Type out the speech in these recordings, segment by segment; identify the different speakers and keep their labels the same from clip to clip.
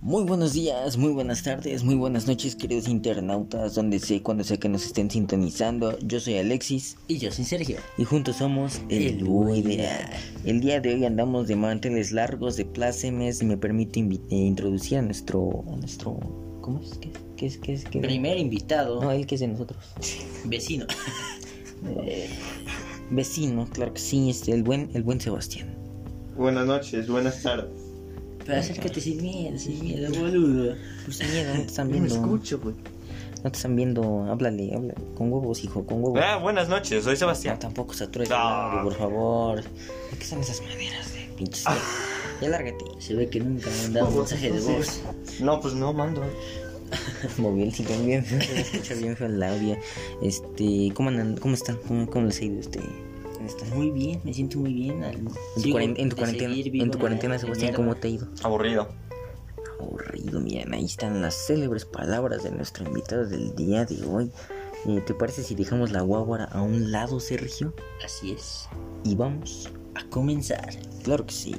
Speaker 1: Muy buenos días, muy buenas tardes, muy buenas noches, queridos internautas, donde sé, cuando sea que nos estén sintonizando. Yo soy Alexis
Speaker 2: Y yo soy Sergio.
Speaker 1: y juntos somos el
Speaker 2: El
Speaker 1: Dúo
Speaker 2: Dúo
Speaker 1: Ideal. El día de hoy andamos de manteles largos, de plácemes, y me permite invi- eh, introducir a nuestro. a nuestro ¿Cómo es? ¿Qué es? ¿Qué es? ¿Qué es? ¿Qué es?
Speaker 2: Primer invitado,
Speaker 1: No, él que es de nosotros.
Speaker 2: vecino.
Speaker 1: Eh, vecino, claro que sí, es el buen, el buen Sebastián.
Speaker 3: Buenas noches, buenas tardes.
Speaker 2: Pero acércate sin miedo, sin miedo, boludo.
Speaker 1: Pues sin miedo, no te están viendo.
Speaker 3: güey.
Speaker 1: No te están viendo, háblale, háblale. Con huevos, hijo, con huevos.
Speaker 3: Ah, buenas noches, soy
Speaker 1: No,
Speaker 3: Sebastián.
Speaker 1: tampoco satures,
Speaker 3: No.
Speaker 1: Lauro, por favor. ¿De qué son esas maderas de pinches? Ya lárgate.
Speaker 2: Se ve que nunca me han dado un mensaje de voz.
Speaker 3: No, pues no mando.
Speaker 1: Moví el sillón bien feo, se escucha bien feo el audio. Este, ¿cómo andan? ¿Cómo están? ¿Cómo, cómo les ha ido este? en esta- En
Speaker 2: Muy bien, me siento muy bien. al-
Speaker 1: tu,
Speaker 2: sigo
Speaker 1: cuaren- en tu
Speaker 2: de
Speaker 1: cuarentena,
Speaker 2: seguir vivo
Speaker 1: en tu
Speaker 2: la-
Speaker 1: cuarentena,
Speaker 2: la
Speaker 1: Sebastián,
Speaker 2: mierda.
Speaker 1: ¿cómo te ha ido?
Speaker 3: Aburrido.
Speaker 1: Aburrido, miren, ahí están las célebres palabras de nuestro invitado del día de hoy. Eh, ¿Te parece si dejamos la guáguara a un lado, Sergio?
Speaker 2: Así es.
Speaker 1: Y vamos.
Speaker 2: A comenzar.
Speaker 1: Claro que sí.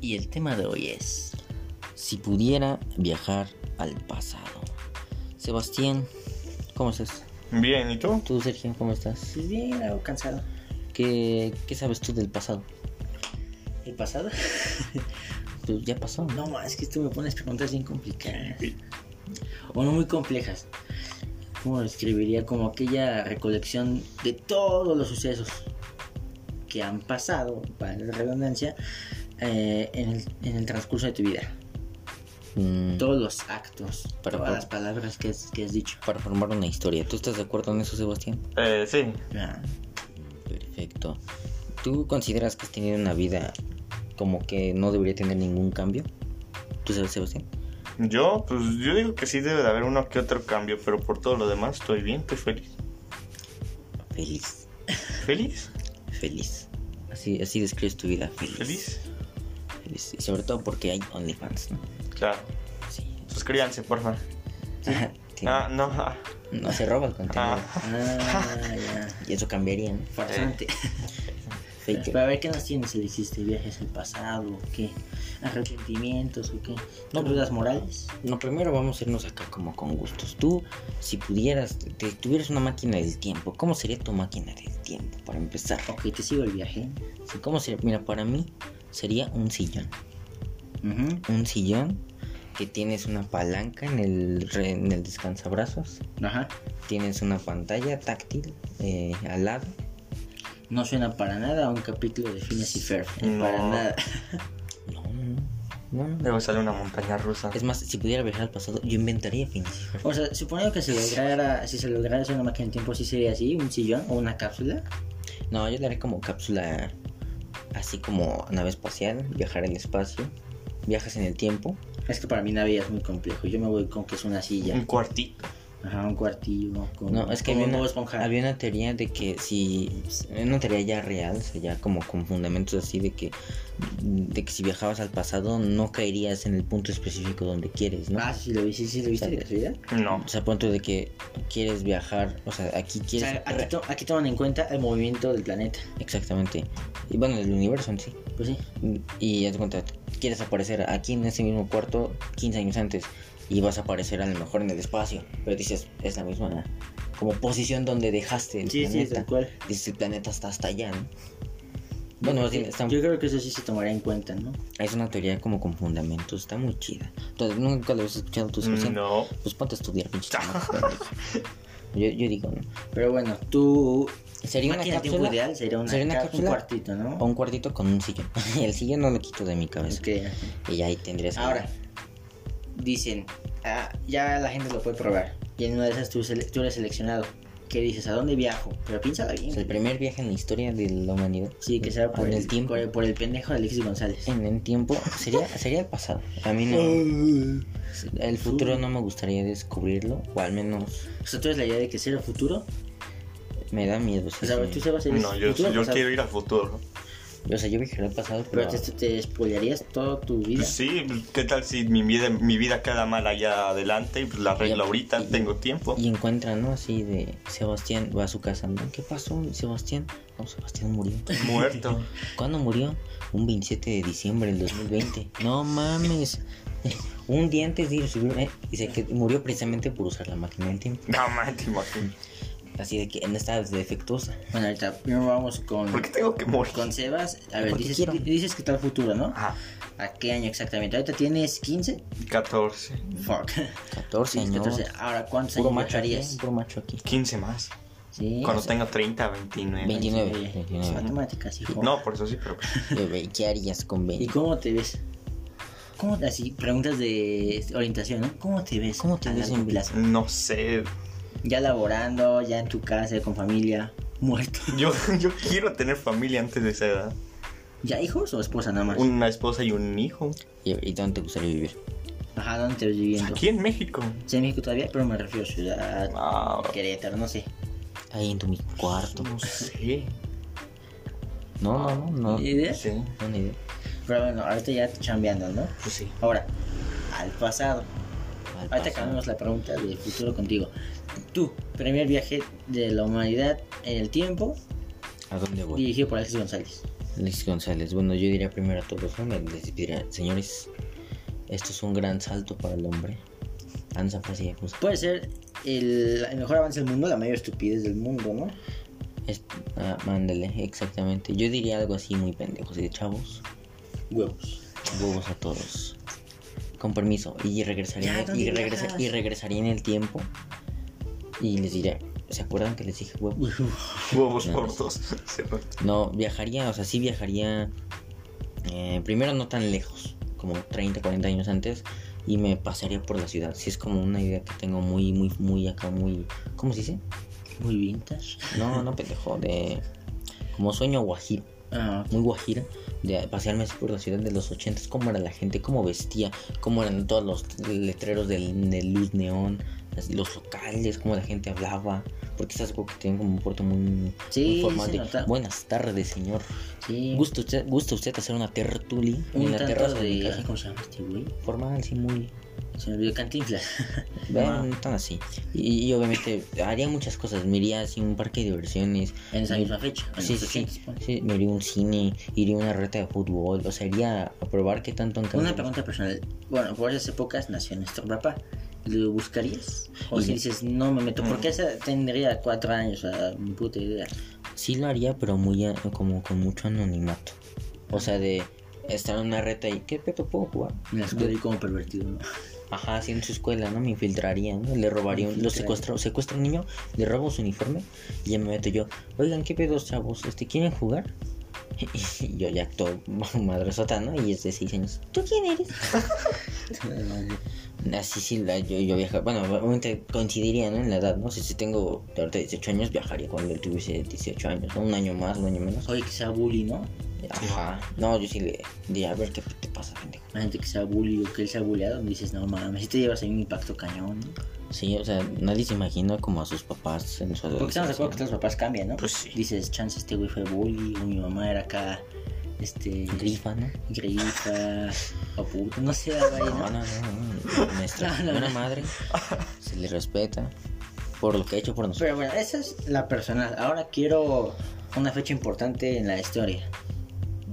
Speaker 2: Y el tema de hoy es.
Speaker 1: Si pudiera viajar al pasado. Sebastián, ¿cómo estás?
Speaker 3: Bien, ¿y tú?
Speaker 1: Tú, Sergio, ¿cómo estás?
Speaker 2: Pues bien, algo cansado.
Speaker 1: ¿Qué, qué sabes tú del pasado?
Speaker 2: ¿El pasado?
Speaker 1: Pues ya pasó, ¿no?
Speaker 2: No, es que tú me pones preguntas bien complicadas. O no muy complejas. ¿Cómo lo describiría? Como aquella recolección de todos los sucesos que han pasado, para la redundancia, eh, en, el, en el transcurso de tu vida.
Speaker 1: Mm,
Speaker 2: Todos los actos,
Speaker 1: Pero-
Speaker 2: todas las palabras que has, que has dicho.
Speaker 1: para formar una historia. ¿Tú estás de acuerdo en eso, Sebastián?
Speaker 3: Eh, sí.
Speaker 2: Ah,
Speaker 1: Perfecto. ¿Tú consideras que has tenido una vida como que no debería tener ningún cambio? ¿Tú sabes, Sebastián?
Speaker 3: Yo, pues yo digo que sí debe de haber uno que otro cambio, pero por todo lo demás estoy bien, estoy feliz.
Speaker 1: Feliz,
Speaker 3: ¿Feliz?
Speaker 1: feliz. Así, así describes tu vida, feliz.
Speaker 3: ¿Feliz?
Speaker 1: Feliz. Y sobre todo porque hay OnlyFans, ¿no?
Speaker 3: Claro.
Speaker 1: Sí.
Speaker 3: Suscríbanse, porfa.
Speaker 1: Tiene-
Speaker 3: Ah, no. ah,
Speaker 1: No se roba el contenido.
Speaker 3: ah.
Speaker 2: ah, ya.
Speaker 1: Y eso cambiaría, ¿no?
Speaker 2: Farsante.
Speaker 1: Fake it.
Speaker 2: Para ver qué nos tienes, le hiciste viajes al pasado, o qué, arrepentimientos, o qué, no dudas morales.
Speaker 1: No, primero vamos a irnos acá como con gustos. Tú, si pudieras, te tuvieras una máquina del tiempo, ¿cómo sería tu máquina del tiempo para empezar?
Speaker 2: Ok, te sigo el viaje.
Speaker 1: Sí, ¿Cómo sería? Mira, para mí sería un sillón. Un sillón que tienes una palanca en el, re- en el descansabrazos,
Speaker 2: Ajá.
Speaker 1: tienes una pantalla táctil eh, al lado.
Speaker 2: No suena para nada a un capítulo de Phineas y Ferb. eh,
Speaker 3: No.
Speaker 2: Para nada.
Speaker 1: No, no, no, no, no.
Speaker 3: Luego sale una montaña rusa.
Speaker 1: Es más, si pudiera viajar al pasado, yo inventaría Phineas y Ferb.
Speaker 2: O sea, suponiendo que se lograra, si se lograra hacer una máquina del tiempo, sí sería así, un sillón o una cápsula.
Speaker 1: No, yo le haré como cápsula, así como nave espacial, viajar al espacio, viajas en el tiempo.
Speaker 2: Es que para mí nave ya es muy complejo. Yo me voy con que es una
Speaker 3: Un
Speaker 2: silla.
Speaker 3: cuartito.
Speaker 2: Ajá, un cuartillo. Con,
Speaker 1: No, es que había
Speaker 2: como un Bob
Speaker 1: una,
Speaker 2: esponja.
Speaker 1: había una teoría de que si, una teoría ya real, o sea, ya como con fundamentos así de que, de que si viajabas al pasado no caerías en el punto específico donde quieres, ¿no?
Speaker 2: Ah, sí, lo vi, sí, sí, lo viste de casualidad.
Speaker 3: No.
Speaker 1: O sea, punto de que quieres viajar, o sea, aquí
Speaker 2: O
Speaker 1: quieres...
Speaker 2: sea, aquí, to- aquí toman en cuenta el movimiento del planeta.
Speaker 1: Exactamente. Y bueno, el universo en sí.
Speaker 2: Pues sí.
Speaker 1: Y haz de cuenta, quieres aparecer aquí en ese mismo cuarto 15 años antes y vas a aparecer a lo mejor en el espacio, pero dices, es la misma como posición donde dejaste el
Speaker 2: Sí, sí,
Speaker 1: planeta.
Speaker 2: tal cual.
Speaker 1: dices, el este planeta está hasta allá, ¿no? Bueno, más bien, está-
Speaker 2: Yo creo que eso sí se tomará en cuenta, ¿no?
Speaker 1: es una teoría como con fundamentos, está muy chida. Entonces, nunca lo habías escuchado tú, Sebastián?
Speaker 3: No.
Speaker 1: Pues ponte a estudiar, pinche chamaco, pendejo. yo, yo digo, ¿no?
Speaker 2: Pero bueno, tú.
Speaker 1: Sería una
Speaker 2: máquina de
Speaker 1: cápsula
Speaker 2: tiempo ideal sería una,
Speaker 1: sería una
Speaker 2: ca- un
Speaker 1: cápsula
Speaker 2: cuartito, ¿no?
Speaker 1: o un cuartito con un sillón. el sillón no lo quito de mi cabeza.
Speaker 2: Ok.
Speaker 1: Y ahí tendrías... que-
Speaker 2: Ahora, dicen, ah, ya la gente lo puede probar. Y en una de esas tú, sele- tú eres seleccionado. ¿Qué dices? ¿A dónde viajo? Pero piénsala
Speaker 1: O sea, el
Speaker 2: bien.
Speaker 1: primer viaje en la historia de la humanidad.
Speaker 2: Sí, que sea por
Speaker 1: En
Speaker 2: el,
Speaker 1: el tiempo.
Speaker 2: Por el, por el pendejo de Alexis González.
Speaker 1: En el tiempo sería sería el pasado. A mí no. El futuro no me gustaría descubrirlo, o al menos
Speaker 2: O sea, tú eres la idea de que ser el futuro.
Speaker 1: me da miedo. sí,
Speaker 2: O sea,
Speaker 1: sí.
Speaker 2: tú se vas a ir
Speaker 3: No, yo, yo quiero ir al futuro.
Speaker 1: O sea, yo viajaría al pasado,
Speaker 2: Pero
Speaker 1: pero.
Speaker 2: te, te spoilearías toda tu vida.
Speaker 3: Pues sí, pues, ¿qué tal si mi vida, mi vida queda mal allá adelante y pues la arreglo ahorita, tengo tiempo?
Speaker 1: Y encuentran, ¿no? Así de Sebastián va a su casa. ¿no? ¿Qué pasó, Sebastián? No, Sebastián murió.
Speaker 3: Muerto.
Speaker 1: ¿Cuándo murió? Un 27 de diciembre del 2020. No mames. Un día antes de ir subió, eh, y se que- murió precisamente por usar la máquina del tiempo.
Speaker 3: No man, te imagino.
Speaker 1: Así de que no estaba defectuosa.
Speaker 2: Bueno, ahorita primero vamos con,
Speaker 3: ¿Por qué tengo que morir?
Speaker 2: con Sebas. A ver,
Speaker 1: Porque
Speaker 2: dices,
Speaker 1: quiero.
Speaker 2: que- dices que está el futuro, ¿no?
Speaker 3: Ajá,
Speaker 2: ¿A qué año exactamente? Ahorita tienes 15.
Speaker 3: 14,
Speaker 2: Fuck.
Speaker 1: 14 años.
Speaker 2: Entonces, ahora, ¿cuántos
Speaker 1: Pues puro
Speaker 2: años
Speaker 1: macho aquí.
Speaker 2: viajarías?
Speaker 1: Puro macho aquí.
Speaker 3: 15 más.
Speaker 2: Sí.
Speaker 3: Cuando
Speaker 2: o sea,
Speaker 3: tenga 30, 29.
Speaker 1: 29.
Speaker 2: oye,
Speaker 1: 29.
Speaker 2: Matemáticas, hijo.
Speaker 3: No, por eso sí, pero pues,
Speaker 1: Bebé, ¿Qué harías con
Speaker 2: ¿Y
Speaker 1: 20?
Speaker 2: cómo te ves? ¿Cómo te- así? Preguntas de orientación, ¿no? ¿Cómo te ves?
Speaker 1: ¿Cómo te
Speaker 2: a
Speaker 1: ves
Speaker 2: largo
Speaker 1: en
Speaker 2: plazo?
Speaker 3: no sé.
Speaker 2: Ya laborando, ya en tu casa, con familia, muerto.
Speaker 3: Yo, yo quiero tener familia antes de esa edad.
Speaker 2: ¿Ya hijos o esposa nada más?
Speaker 3: Una esposa y un hijo.
Speaker 1: ¿Y, y dónde te gustaría vivir?
Speaker 2: Ajá, ¿dónde te ves viviendo?
Speaker 3: Aquí en México.
Speaker 2: Sí, en México todavía, pero me refiero a ciudad,
Speaker 3: Ah,
Speaker 2: Querétaro, no sé.
Speaker 1: Ahí en tu mismo cuarto.
Speaker 3: no sé.
Speaker 1: No, no, no, no.
Speaker 2: ¿Ni idea?
Speaker 3: Sí,
Speaker 1: No, ni idea.
Speaker 2: Pero bueno, ahorita ya chambeando, ¿no?
Speaker 3: pues sí.
Speaker 2: Ahora, al pasado.
Speaker 1: Al
Speaker 2: Ahorita
Speaker 1: pasado.
Speaker 2: cambiamos la pregunta del futuro contigo. Tú, primer viaje de la humanidad en el tiempo,
Speaker 1: ¿A dónde voy?
Speaker 2: dirigido por Alexis González.
Speaker 1: Alex González, bueno, yo diría primero a todos, ¿no? Les diría, señores, esto es un gran salto para el hombre. Ah, no, esa frase ya puse.
Speaker 2: Puede ser el, el mejor avance del mundo, la mayor estupidez del mundo, ¿no?
Speaker 1: Es- ah, mándale, exactamente. Yo diría algo así muy pendejo, así de chavos,
Speaker 2: Huevos.
Speaker 1: huevos a todos. Con permiso, y regresaría,
Speaker 2: Ya,
Speaker 1: en-
Speaker 2: ¿dónde
Speaker 1: y, regresa-
Speaker 2: viajas?
Speaker 1: y regresaría en el tiempo. Y les diría, ¿se acuerdan que les dije huevos?
Speaker 3: Huevos
Speaker 1: No.
Speaker 3: por dos. Se fue.
Speaker 1: No, viajaría, o sea, sí viajaría. eh, primero no tan lejos, como 30, 40 años antes, y me pasaría por la ciudad. Sí, es como una idea que tengo muy, muy, muy acá, muy. ¿Cómo se dice?
Speaker 2: Muy vintage.
Speaker 1: No, no, pendejo, de. Como sueño guajiro,
Speaker 2: Ah,
Speaker 1: muy guajiro, de pasearme así por la ciudad de los 80, cómo era la gente, cómo vestía, cómo eran todos los letreros del- de luz neón, así, los locales, cómo la gente hablaba, porque es algo que tienen como un puerto muy, muy
Speaker 2: sí,
Speaker 1: formal
Speaker 2: se
Speaker 1: de,
Speaker 2: nota.
Speaker 1: Buenas tardes, señor.
Speaker 2: Sí.
Speaker 1: ¿Gusta usted, gusta usted hacer una tertulia en
Speaker 2: un
Speaker 1: la
Speaker 2: tanto
Speaker 1: terraza de mi
Speaker 2: de... ay,
Speaker 1: casa?
Speaker 2: ¿Cómo se llama este güey?
Speaker 1: Formal, sí, muy.
Speaker 2: Se me olvidó Cantinflas.
Speaker 1: vean, tan así. Y, y obviamente haría muchas cosas. Me iría así a un parque de diversiones.
Speaker 2: En esa
Speaker 1: Sí.
Speaker 2: misma fecha. en
Speaker 1: Sí,
Speaker 2: los
Speaker 1: sí, sí.
Speaker 2: 80s, pon.
Speaker 1: Sí, me iría a un cine. Iría a una reta de fútbol. O sea, iría a probar qué tanto encanta.
Speaker 2: Una pregunta personal. Bueno, por esas épocas nació nuestro papá. ¿Lo buscarías? O
Speaker 1: Y-
Speaker 2: si dices, no me meto, porque esa tendría cuatro años, o sea, mi puta idea.
Speaker 1: Sí lo haría, pero muy a- como con mucho anonimato. O sea, de estar en una reta y ¿qué pedo puedo jugar?
Speaker 2: Me las escondí como pervertido, ¿no?
Speaker 1: Ajá, así en su escuela, ¿no? Me infiltraría, ¿no? Le robaría,
Speaker 2: Me
Speaker 1: un- lo
Speaker 2: infiltraría.
Speaker 1: secuestro, secuestro a un niño, le robo su uniforme y ya me meto yo. Oigan, ¿qué pedos, chavos? Este, ¿Quieren jugar? Y yo ya acto madresota, ¿no? Y es de 6 años. ¿Tú quién eres? Así sí, la- yo, yo viaja- Bueno, obviamente coincidiría, ¿no? En la edad, ¿no? Si, si tengo ahorita 18 años, viajaría cuando él tuviese 18 años, ¿no? Un año más, un año menos.
Speaker 2: Oye, que sea bully, ¿no?
Speaker 1: Ajá. No, yo sí le diría, a ver qué te pasa, pendejo.
Speaker 2: La gente que sea bully o que él sea bulleado, donde dices, no mames, si te llevas ahí un impacto cañón, ¿no?
Speaker 1: Sí, o sea, nadie se imagina como a sus papás en su
Speaker 2: Porque estamos de
Speaker 1: adolescencia.
Speaker 2: acuerdo que todos los papás cambian, ¿no?
Speaker 3: Pues sí.
Speaker 2: Dices, chance, este güey fue bully, o mi mamá era acá, este.
Speaker 1: Grifa, ¿no?
Speaker 2: Grifa, o puto, no sé, algo ahí,
Speaker 1: No,
Speaker 2: ¿no?
Speaker 1: no, no, no. Nuestra
Speaker 2: No, no,
Speaker 1: buena
Speaker 2: no.
Speaker 1: madre se le respeta por lo que ha hecho por nosotros.
Speaker 2: Pero bueno, esa es la personal. Ahora quiero una fecha importante en la historia.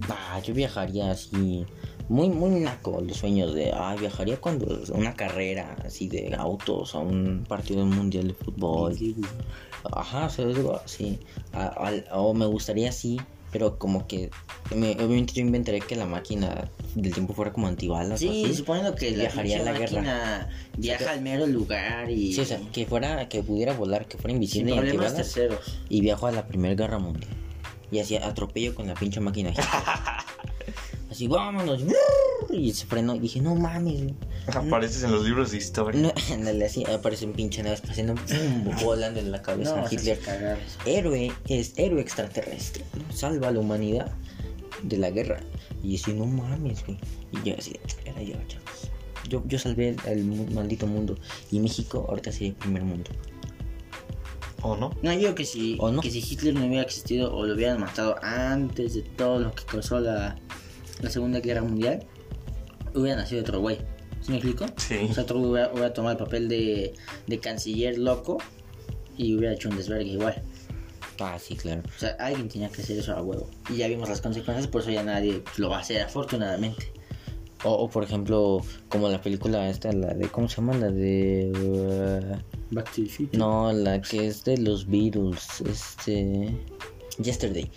Speaker 1: Ah, yo viajaría así, muy, muy naco los sueños de, ah, viajaría cuando una carrera así de autos a un partido mundial de fútbol. Ajá, o sea, digo, sí. A- al- o me gustaría así, pero como que, me- obviamente yo inventaré que la máquina del tiempo fuera como antibalas o
Speaker 2: Sí,
Speaker 1: así.
Speaker 2: suponiendo que la
Speaker 1: Viajaría a la
Speaker 2: pinche máquina viaja al mero lugar y
Speaker 1: Sí, o sea, que fuera, que pudiera volar, que fuera
Speaker 2: sin
Speaker 1: invisible y
Speaker 2: problemas
Speaker 1: antibalas.
Speaker 2: terceros.
Speaker 1: y viajo a la Primera Guerra Mundial. Y así atropello con la pinche máquina. así, vámonos. Y se frenó. Y dije, no mames. güey".
Speaker 3: Apareces en los libros de historia.
Speaker 1: No, ándale, así aparece un pinche nave espacial pum, volando en la cabeza
Speaker 2: No,
Speaker 1: Pues a
Speaker 2: vas a
Speaker 1: Hitler.
Speaker 2: cagar eso.
Speaker 1: Héroe es héroe extraterrestre. ¿no? Salva a la humanidad de la guerra. Y así, no mames, güey. Y yo así, era yo, chavos. Yo, yo salvé el, el mu- maldito mundo. Y México ahorita sería el primer mundo.
Speaker 3: ¿O no?
Speaker 2: No, yo que si,
Speaker 1: ¿O no?
Speaker 2: que si Hitler no hubiera existido o lo hubieran matado antes de todo lo que causó la, la Segunda Guerra Mundial, hubiera nacido otro güey. ¿Sí me explico?
Speaker 3: Sí.
Speaker 2: O sea, otro güey hubiera, hubiera tomado el papel de, de canciller loco y hubiera hecho un desvergue igual.
Speaker 1: Ah, sí, claro.
Speaker 2: O sea, alguien tenía que hacer eso a huevo. Y ya vimos las consecuencias, por eso ya nadie pues, lo va a hacer, afortunadamente.
Speaker 1: O, o, por ejemplo, como la película esta, la de, ¿cómo se llama? La de... uh,
Speaker 2: Back to the Future.
Speaker 1: No, la que es de los Beatles, este... Yesterday.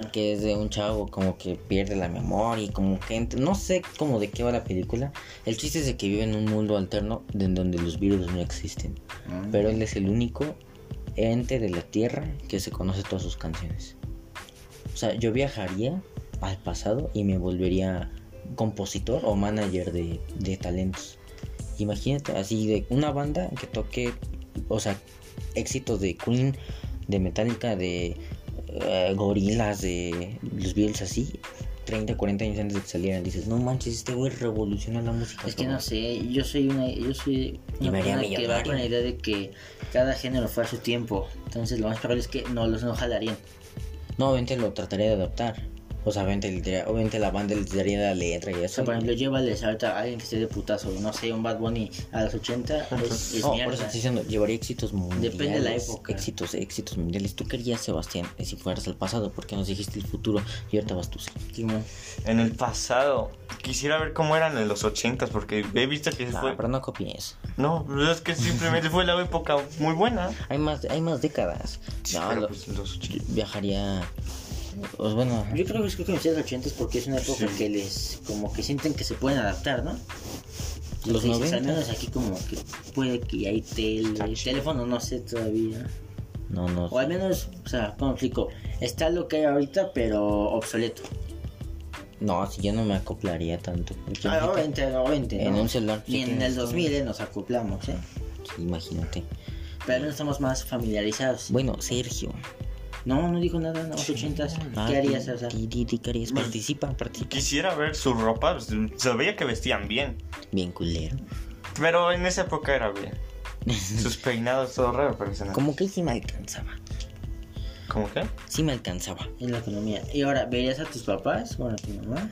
Speaker 2: Ah.
Speaker 1: Que es de un chavo como que pierde la memoria y como que... entra- No sé como de qué va la película. El chiste es de que vive en un mundo alterno de- en donde los virus no existen.
Speaker 2: Ah.
Speaker 1: Pero él es el único ente de la Tierra que se conoce todas sus canciones. O sea, yo viajaría al pasado y me volvería compositor o manager de, de talentos. Imagínate, así de una banda que toque, o sea, éxitos de Queen, de Metallica, de Gorilas, de los Beatles así. 30, 40 años antes de que salieran, dices, no manches, este güey revolucionó la música.
Speaker 2: Es que
Speaker 1: cabrón".
Speaker 2: no sé, yo soy una, yo soy
Speaker 1: pues, Y
Speaker 2: una
Speaker 1: me haría
Speaker 2: persona que va
Speaker 1: millonario.
Speaker 2: con la idea de que cada género fue a su tiempo. Entonces lo más probable es que no los no jalarían.
Speaker 1: No, obviamente lo trataría de adaptar. O sea, obviamente, le tiraría- obviamente la banda le tiraría la letra y
Speaker 2: O
Speaker 1: eso.
Speaker 2: sea, por ejemplo, llévales ahorita a alguien que esté de putazo, no sé, un Bad Bunny a los 80 es, es
Speaker 1: No, pues, por
Speaker 2: mierda.
Speaker 1: eso estoy diciendo, llevaría éxitos mundiales.
Speaker 2: Depende de la época.
Speaker 1: Éxitos, éxitos mundiales. ¿Tú querías, Sebastián, eh, si fueras al pasado? Porque nos dijiste el futuro y ahorita vas tú. sí.
Speaker 2: Simón.
Speaker 3: En el pasado. Quisiera ver cómo eran en los 80 porque he visto que
Speaker 1: No,
Speaker 3: fue.
Speaker 1: pero no copies.
Speaker 3: No, pues es que simplemente fue la época muy buena.
Speaker 1: Hay más, hay más décadas.
Speaker 3: Sí,
Speaker 1: No,
Speaker 3: pero
Speaker 1: lo-
Speaker 3: pues los 80.
Speaker 1: viajaría... Pues bueno, ajá.
Speaker 2: Yo creo que escogen ustedes los 80 porque es una época
Speaker 3: Sí.
Speaker 2: que les, como que sienten que se pueden adaptar, ¿no?
Speaker 1: los
Speaker 2: Sí, sí, Al
Speaker 1: 90.
Speaker 2: menos aquí como que puede que hay tele, teléfono, no sé todavía.
Speaker 1: No, no.
Speaker 2: O al menos, o sea, como explico, está lo que hay ahorita, pero obsoleto.
Speaker 1: No, si yo no me acoplaría tanto. Yo
Speaker 2: Ah,
Speaker 1: ahorita-
Speaker 2: obviamente, obviamente,
Speaker 1: En
Speaker 2: ¿no?
Speaker 1: un celular,
Speaker 2: Y
Speaker 1: sí
Speaker 2: en
Speaker 1: tienes
Speaker 2: el 2000 eh, nos acoplamos, ¿eh?
Speaker 1: Imagínate.
Speaker 2: Pero al menos estamos más familiarizados.
Speaker 1: Bueno, Sergio.
Speaker 2: No, no dijo nada, no, los 80
Speaker 1: Ah,
Speaker 2: ¿Qué harías,
Speaker 1: ti-
Speaker 2: o sea?
Speaker 1: ti- ti- ti, ¿Qué harías? Participa, participa.
Speaker 3: Quisiera ver su ropa. pues, Se veía que vestían bien.
Speaker 1: Bien culero.
Speaker 3: Pero en esa época era bien. Sus peinados, todo raro, pero eso no.
Speaker 1: Como que sí me alcanzaba.
Speaker 3: ¿Cómo qué?
Speaker 1: Sí me alcanzaba.
Speaker 2: En la economía. Y ahora, ¿verías a tus papás? Bueno, a tu mamá.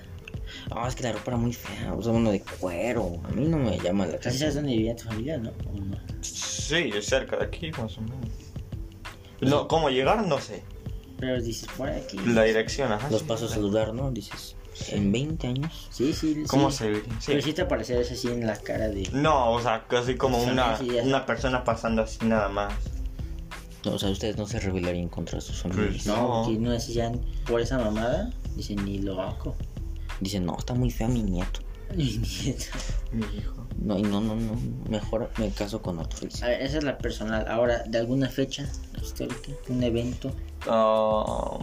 Speaker 1: Ah, es que la ropa era muy fea. Usa uno de cuero. A mí no me llama la
Speaker 2: Casi sabes
Speaker 1: atención.
Speaker 2: dónde vivía tu familia, ¿no? ¿O no?
Speaker 3: Sí, es cerca de aquí, más o menos. No, ¿cómo llegar? No sé.
Speaker 2: Pero dices, por aquí.
Speaker 3: La dirección, ajá.
Speaker 1: Los
Speaker 3: sí.
Speaker 1: pasos a saludar, ¿no? Dices, en 20 años.
Speaker 2: Sí, sí,
Speaker 3: ¿Cómo
Speaker 2: sí.
Speaker 3: se ve?
Speaker 2: Pero
Speaker 3: Sí.
Speaker 2: sí te apareció eso así en la cara de...
Speaker 3: No, o sea, casi como
Speaker 2: Son
Speaker 3: una,
Speaker 2: ideas.
Speaker 3: una persona pasando así nada más.
Speaker 1: No, o sea, ustedes no se revelarían contra sus familias.
Speaker 3: Pues,
Speaker 2: No,
Speaker 3: No.
Speaker 2: que no decían por esa mamada. Dicen, ni loco.
Speaker 1: Dicen, no, está muy fea mi nieto.
Speaker 2: Ni nieto.
Speaker 3: Mi hijo.
Speaker 1: No, y no, no, no. Mejor me caso con otro.
Speaker 2: A
Speaker 1: Dice,
Speaker 2: ver, esa es la personal. Ahora, de alguna fecha histórica, un evento.
Speaker 3: Ah,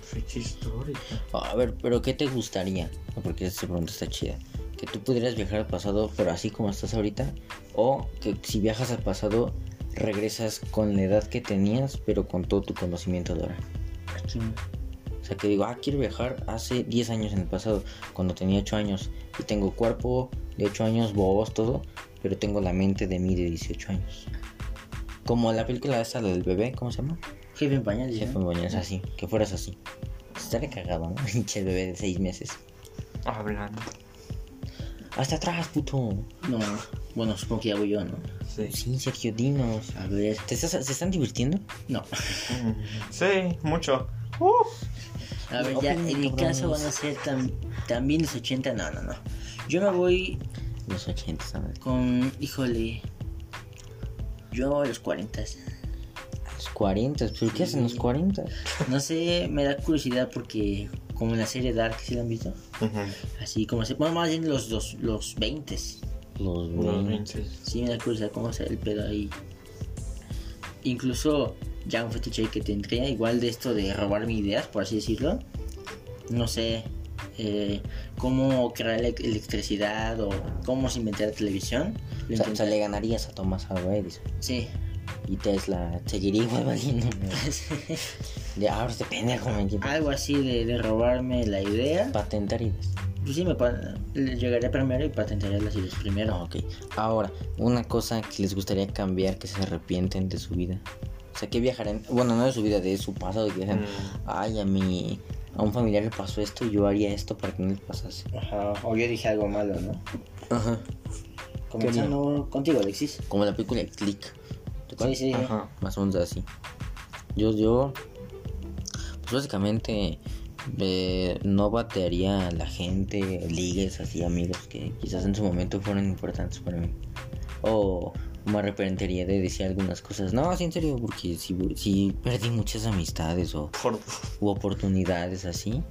Speaker 3: fecha histórica.
Speaker 1: A ver, pero ¿qué te gustaría? No, Porque esa pregunta está chida. Que tú pudieras viajar al pasado, pero así como estás ahorita. O que si viajas al pasado, regresas con la edad que tenías, pero con todo tu conocimiento de ahora.
Speaker 2: Aquí.
Speaker 1: O sea, que digo, ah, quiero viajar hace 10 años en el pasado, cuando tenía 8 años. Y tengo cuerpo de 8 años, voz, todo, pero tengo la mente de mí de 18 años. Como la película esa la del bebé, ¿cómo se llama?
Speaker 2: Jefe en pañales.
Speaker 1: Jefe
Speaker 2: ¿no?
Speaker 1: Moñoz, así, que fueras así. Estaría cagado, ¿no? Pinche bebé de 6 meses.
Speaker 3: Hablando.
Speaker 1: Hasta atrás, puto.
Speaker 2: No, bueno, supongo que ya voy yo, ¿no?
Speaker 3: Sí.
Speaker 1: Sí, Sergio, dinos.
Speaker 2: A ver,
Speaker 1: ¿Te estás- ¿Se están divirtiendo?
Speaker 2: no.
Speaker 3: Mm, Sí, mucho.
Speaker 2: A ver,
Speaker 1: No,
Speaker 2: ya,
Speaker 1: pues,
Speaker 2: en mi
Speaker 1: cabrones.
Speaker 2: caso van a ser tam- también los 80, no, no, no. Yo me voy
Speaker 1: Los 80, ¿sabes?
Speaker 2: con, híjole, yo a los 40.
Speaker 1: Los 40, ¿pero qué hacen los 40?
Speaker 2: No sé, me da curiosidad porque, como en la serie Dark, si ¿sí la han visto,
Speaker 3: Ujú.
Speaker 2: así como se, bueno, más bien los, los, los 20. Sí,
Speaker 1: Los
Speaker 3: Unos
Speaker 1: 20.
Speaker 3: 20.
Speaker 2: me da curiosidad cómo hacer el pedo ahí. Incluso, ya un fetiche que tendría, igual de esto de robarme ideas, por así decirlo. no sé, eh, cómo crear ele- electricidad o cómo se inventó la televisión. Lo
Speaker 1: O sea, o sea,
Speaker 2: intenté.
Speaker 1: le ganarías a Thomas Alva Edison.
Speaker 2: Sí.
Speaker 1: Y Tesla seguiría igual valiendo. Ya, ahora este pendejo me quita.
Speaker 2: Algo así de, de robarme la idea.
Speaker 1: Patentar ideas.
Speaker 2: Pues sí, me pa- le llegaré primero y patentaré las ideas primero.
Speaker 1: Ok. Ahora, una cosa que les gustaría cambiar que se arrepienten de su vida. O sea, que viajar en... Bueno, no de su vida, de su pasado. Que dicen,
Speaker 3: Mm.
Speaker 1: ay, a mi... A un familiar le pasó esto y yo haría esto para que no le pasase.
Speaker 2: Ajá, o yo dije algo malo, ¿no?
Speaker 1: Ajá.
Speaker 2: Comenzando contigo, Alexis.
Speaker 1: Como la película Click. ¿Te
Speaker 2: Sí,
Speaker 1: acuerdas?
Speaker 2: sí.
Speaker 3: Ajá.
Speaker 1: Más o menos así. Yo, yo... Pues básicamente... eh, no batearía a la gente, ligues así, amigos que quizás en su momento fueron importantes para mí. O me arrepentiría de decir algunas cosas. No, sí, en serio, porque si, si perdí muchas amistades o
Speaker 3: Por
Speaker 1: u oportunidades así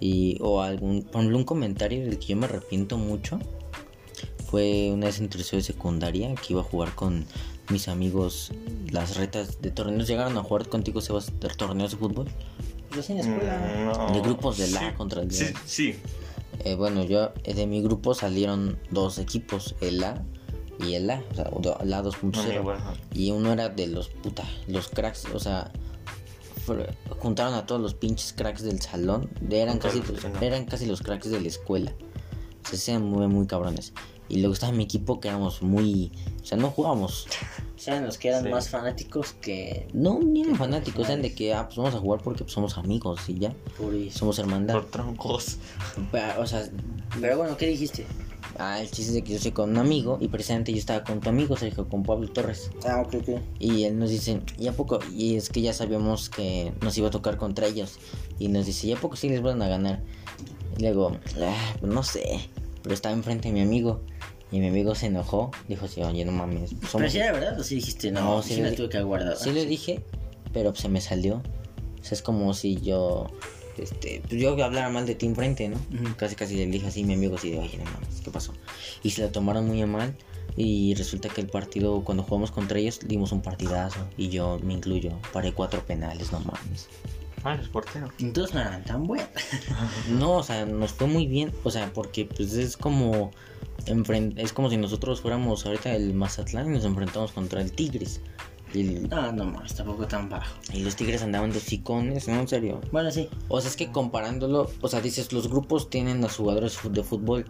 Speaker 1: y o algún por ejemplo, un comentario del que yo me arrepiento mucho fue una vez en tercero de secundaria que iba a jugar con mis amigos las retas de torneos llegaron a jugar contigo Sebas de torneos de fútbol
Speaker 2: Pues así en la escuela.
Speaker 3: mm, No.
Speaker 1: De grupos de la
Speaker 3: Sí,
Speaker 1: contra el
Speaker 3: Sí,
Speaker 1: de-
Speaker 3: sí.
Speaker 1: Eh, bueno yo eh, de mi grupo salieron dos equipos el A y el A o sea o do- el A
Speaker 3: No, me
Speaker 1: 2.0
Speaker 3: igual, ajá.
Speaker 1: y uno era de los puta, los cracks, o sea, fr- juntaron a todos los pinches cracks del salón, de- eran
Speaker 3: Todos
Speaker 1: casi,
Speaker 3: los
Speaker 1: los,
Speaker 3: que no.
Speaker 1: eran casi los cracks de la escuela. O sea, se hacían muy, muy cabrones. Y luego estaba mi equipo que éramos muy, o sea, no jugábamos.
Speaker 2: ¿Saben los que eran
Speaker 3: Sí.
Speaker 2: más fanáticos que
Speaker 1: No, ni eran
Speaker 2: Qué
Speaker 1: fanáticos, eran de que, ah, pues vamos a jugar porque pues, somos amigos y ya,
Speaker 2: purismo?
Speaker 1: somos hermandad.
Speaker 3: Por troncos.
Speaker 1: Pa- O sea,
Speaker 2: Pero bueno, ¿qué dijiste?
Speaker 1: ah, el chiste es de que yo estoy con un amigo y precisamente yo estaba con tu amigo, Sergio, con Pablo Torres.
Speaker 2: Ah, ok, ok.
Speaker 1: Y él nos dice, ¿y a poco? Y es que ya sabíamos que nos iba a tocar contra ellos. Y nos dice, ¿y a poco sí les van a ganar? Y luego, "Ah, pues no sé. Pero estaba enfrente de mi amigo. Y mi amigo se enojó. Dijo, sí, oye, no mames. pues
Speaker 2: Pero
Speaker 1: somos-".
Speaker 2: si era verdad o si dijiste, no,
Speaker 1: No, sí
Speaker 2: sí,
Speaker 1: le
Speaker 2: la
Speaker 1: di-
Speaker 2: tuve que guardar.
Speaker 1: Sí le dije, pero pues, se me salió. O sea, es como si yo, este, pues yo hablara mal de ti enfrente, ¿no?
Speaker 2: Ujú.
Speaker 1: Casi, casi le dije así, mi amigo así de, oye, no mames, ¿qué pasó? Y se lo tomaron muy a mal. Y resulta que el partido, cuando jugamos contra ellos, dimos un partidazo. Y yo me incluyo, paré cuatro penales, no mames.
Speaker 3: Ah, eres portero.
Speaker 2: Entonces no eran tan buenos.
Speaker 1: No, o sea, nos fue muy bien. O sea, porque pues es como, enfren- es como si nosotros fuéramos ahorita el Mazatlán y nos enfrentamos contra el Tigres. Y, el-
Speaker 2: No, no más, tampoco tan bajo.
Speaker 1: y los Tigres andaban de hocicones, ¿no? En serio.
Speaker 2: Bueno, sí.
Speaker 1: O sea, es que comparándolo, o sea, dices, los grupos tienen a jugadores fu- de fútbol,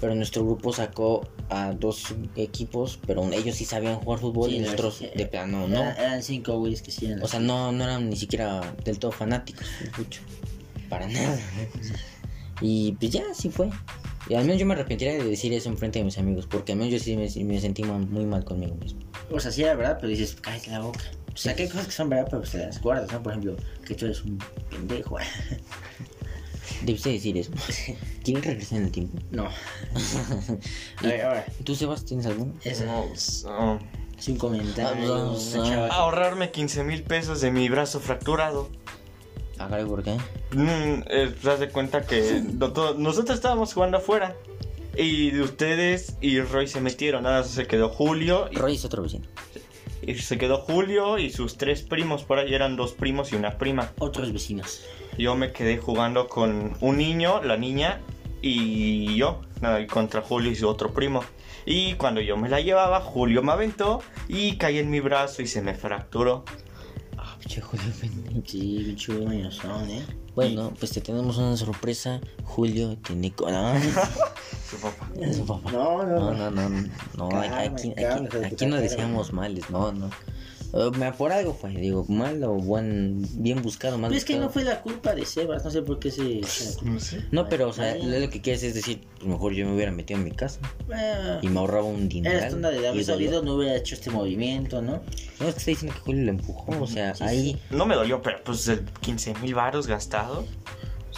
Speaker 1: pero nuestro grupo sacó a dos equipos, pero un- ellos sí sabían jugar fútbol
Speaker 2: Sí,
Speaker 1: y
Speaker 2: la
Speaker 1: nosotros
Speaker 2: verdad, sí. eh,
Speaker 1: de plano no.
Speaker 2: Era- eran cinco güeyes que sí eran.
Speaker 1: O sea, no, no eran ni siquiera del todo fanáticos, mucho. Para nada. Y pues ya, así fue. Y al menos yo me arrepentiría de decir eso enfrente de mis amigos, porque al menos yo sí me, me sentí ma- muy mal conmigo mismo.
Speaker 2: O sea, sí era verdad, pero dices, cállate la boca. O sea, que hay cosas que son verdad, pero pues te las guardas, ¿no? Por ejemplo, que tú eres un pendejo.
Speaker 1: Debiste decir eso. ¿Quieres regresar en el tiempo?
Speaker 2: No. A ver, ahora,
Speaker 1: ¿Tú, Sebas, tienes alguno?
Speaker 2: es
Speaker 3: No, pues, no.
Speaker 2: es un comentario.
Speaker 1: Ah, pues,
Speaker 2: una
Speaker 1: ah.
Speaker 2: chava que-
Speaker 3: Ahorrarme 15 mil pesos de mi brazo fracturado.
Speaker 1: Ah, caray, ¿por qué?
Speaker 3: Mm, eh, te das de cuenta que no todo- nosotros estábamos jugando afuera. Y de ustedes y Roy se metieron. Nada, más se quedó Julio. y-
Speaker 1: Roy es otro vecino.
Speaker 3: Y, se quedó Julio y sus tres primos. Por ahí eran dos primos y una prima.
Speaker 2: Otros vecinos.
Speaker 3: Yo me quedé jugando con un niño, la niña y yo. Nada, y contra Julio y su otro primo. Y cuando yo me la llevaba, Julio me aventó y caí en mi brazo y se me fracturó.
Speaker 1: Ah, pinche Julio pendejo.
Speaker 2: Sí, bicho, bueno, son, ¿eh?
Speaker 1: Bueno, pues te tenemos una sorpresa. Julio tiene co- no,
Speaker 3: Su papá.
Speaker 1: su papá.
Speaker 2: No,
Speaker 1: No, no, no, no, no,
Speaker 2: Calma,
Speaker 1: aquí,
Speaker 2: calma,
Speaker 1: aquí, aquí no
Speaker 2: calma.
Speaker 1: deseamos males, no, no. Eh, me- Por algo fue, digo, mal o buen, bien buscado, mal
Speaker 2: Pero es que
Speaker 1: buscado.
Speaker 2: no fue la culpa de Sebas, no sé por qué se.
Speaker 3: No sé.
Speaker 1: No, pero, o sea,
Speaker 2: Ay.
Speaker 1: lo que quieres es decir, pues mejor yo me hubiera metido en mi casa
Speaker 2: Bueno,
Speaker 1: y me ahorraba un dinero.
Speaker 2: eh, Era onda de haber salido, no hubiera hecho este movimiento, ¿no?
Speaker 1: No, es que está diciendo que Julio lo empujó, o sea,
Speaker 2: Sí,
Speaker 1: ahí,
Speaker 3: No me dolió, pero pues el 15 mil varos gastados.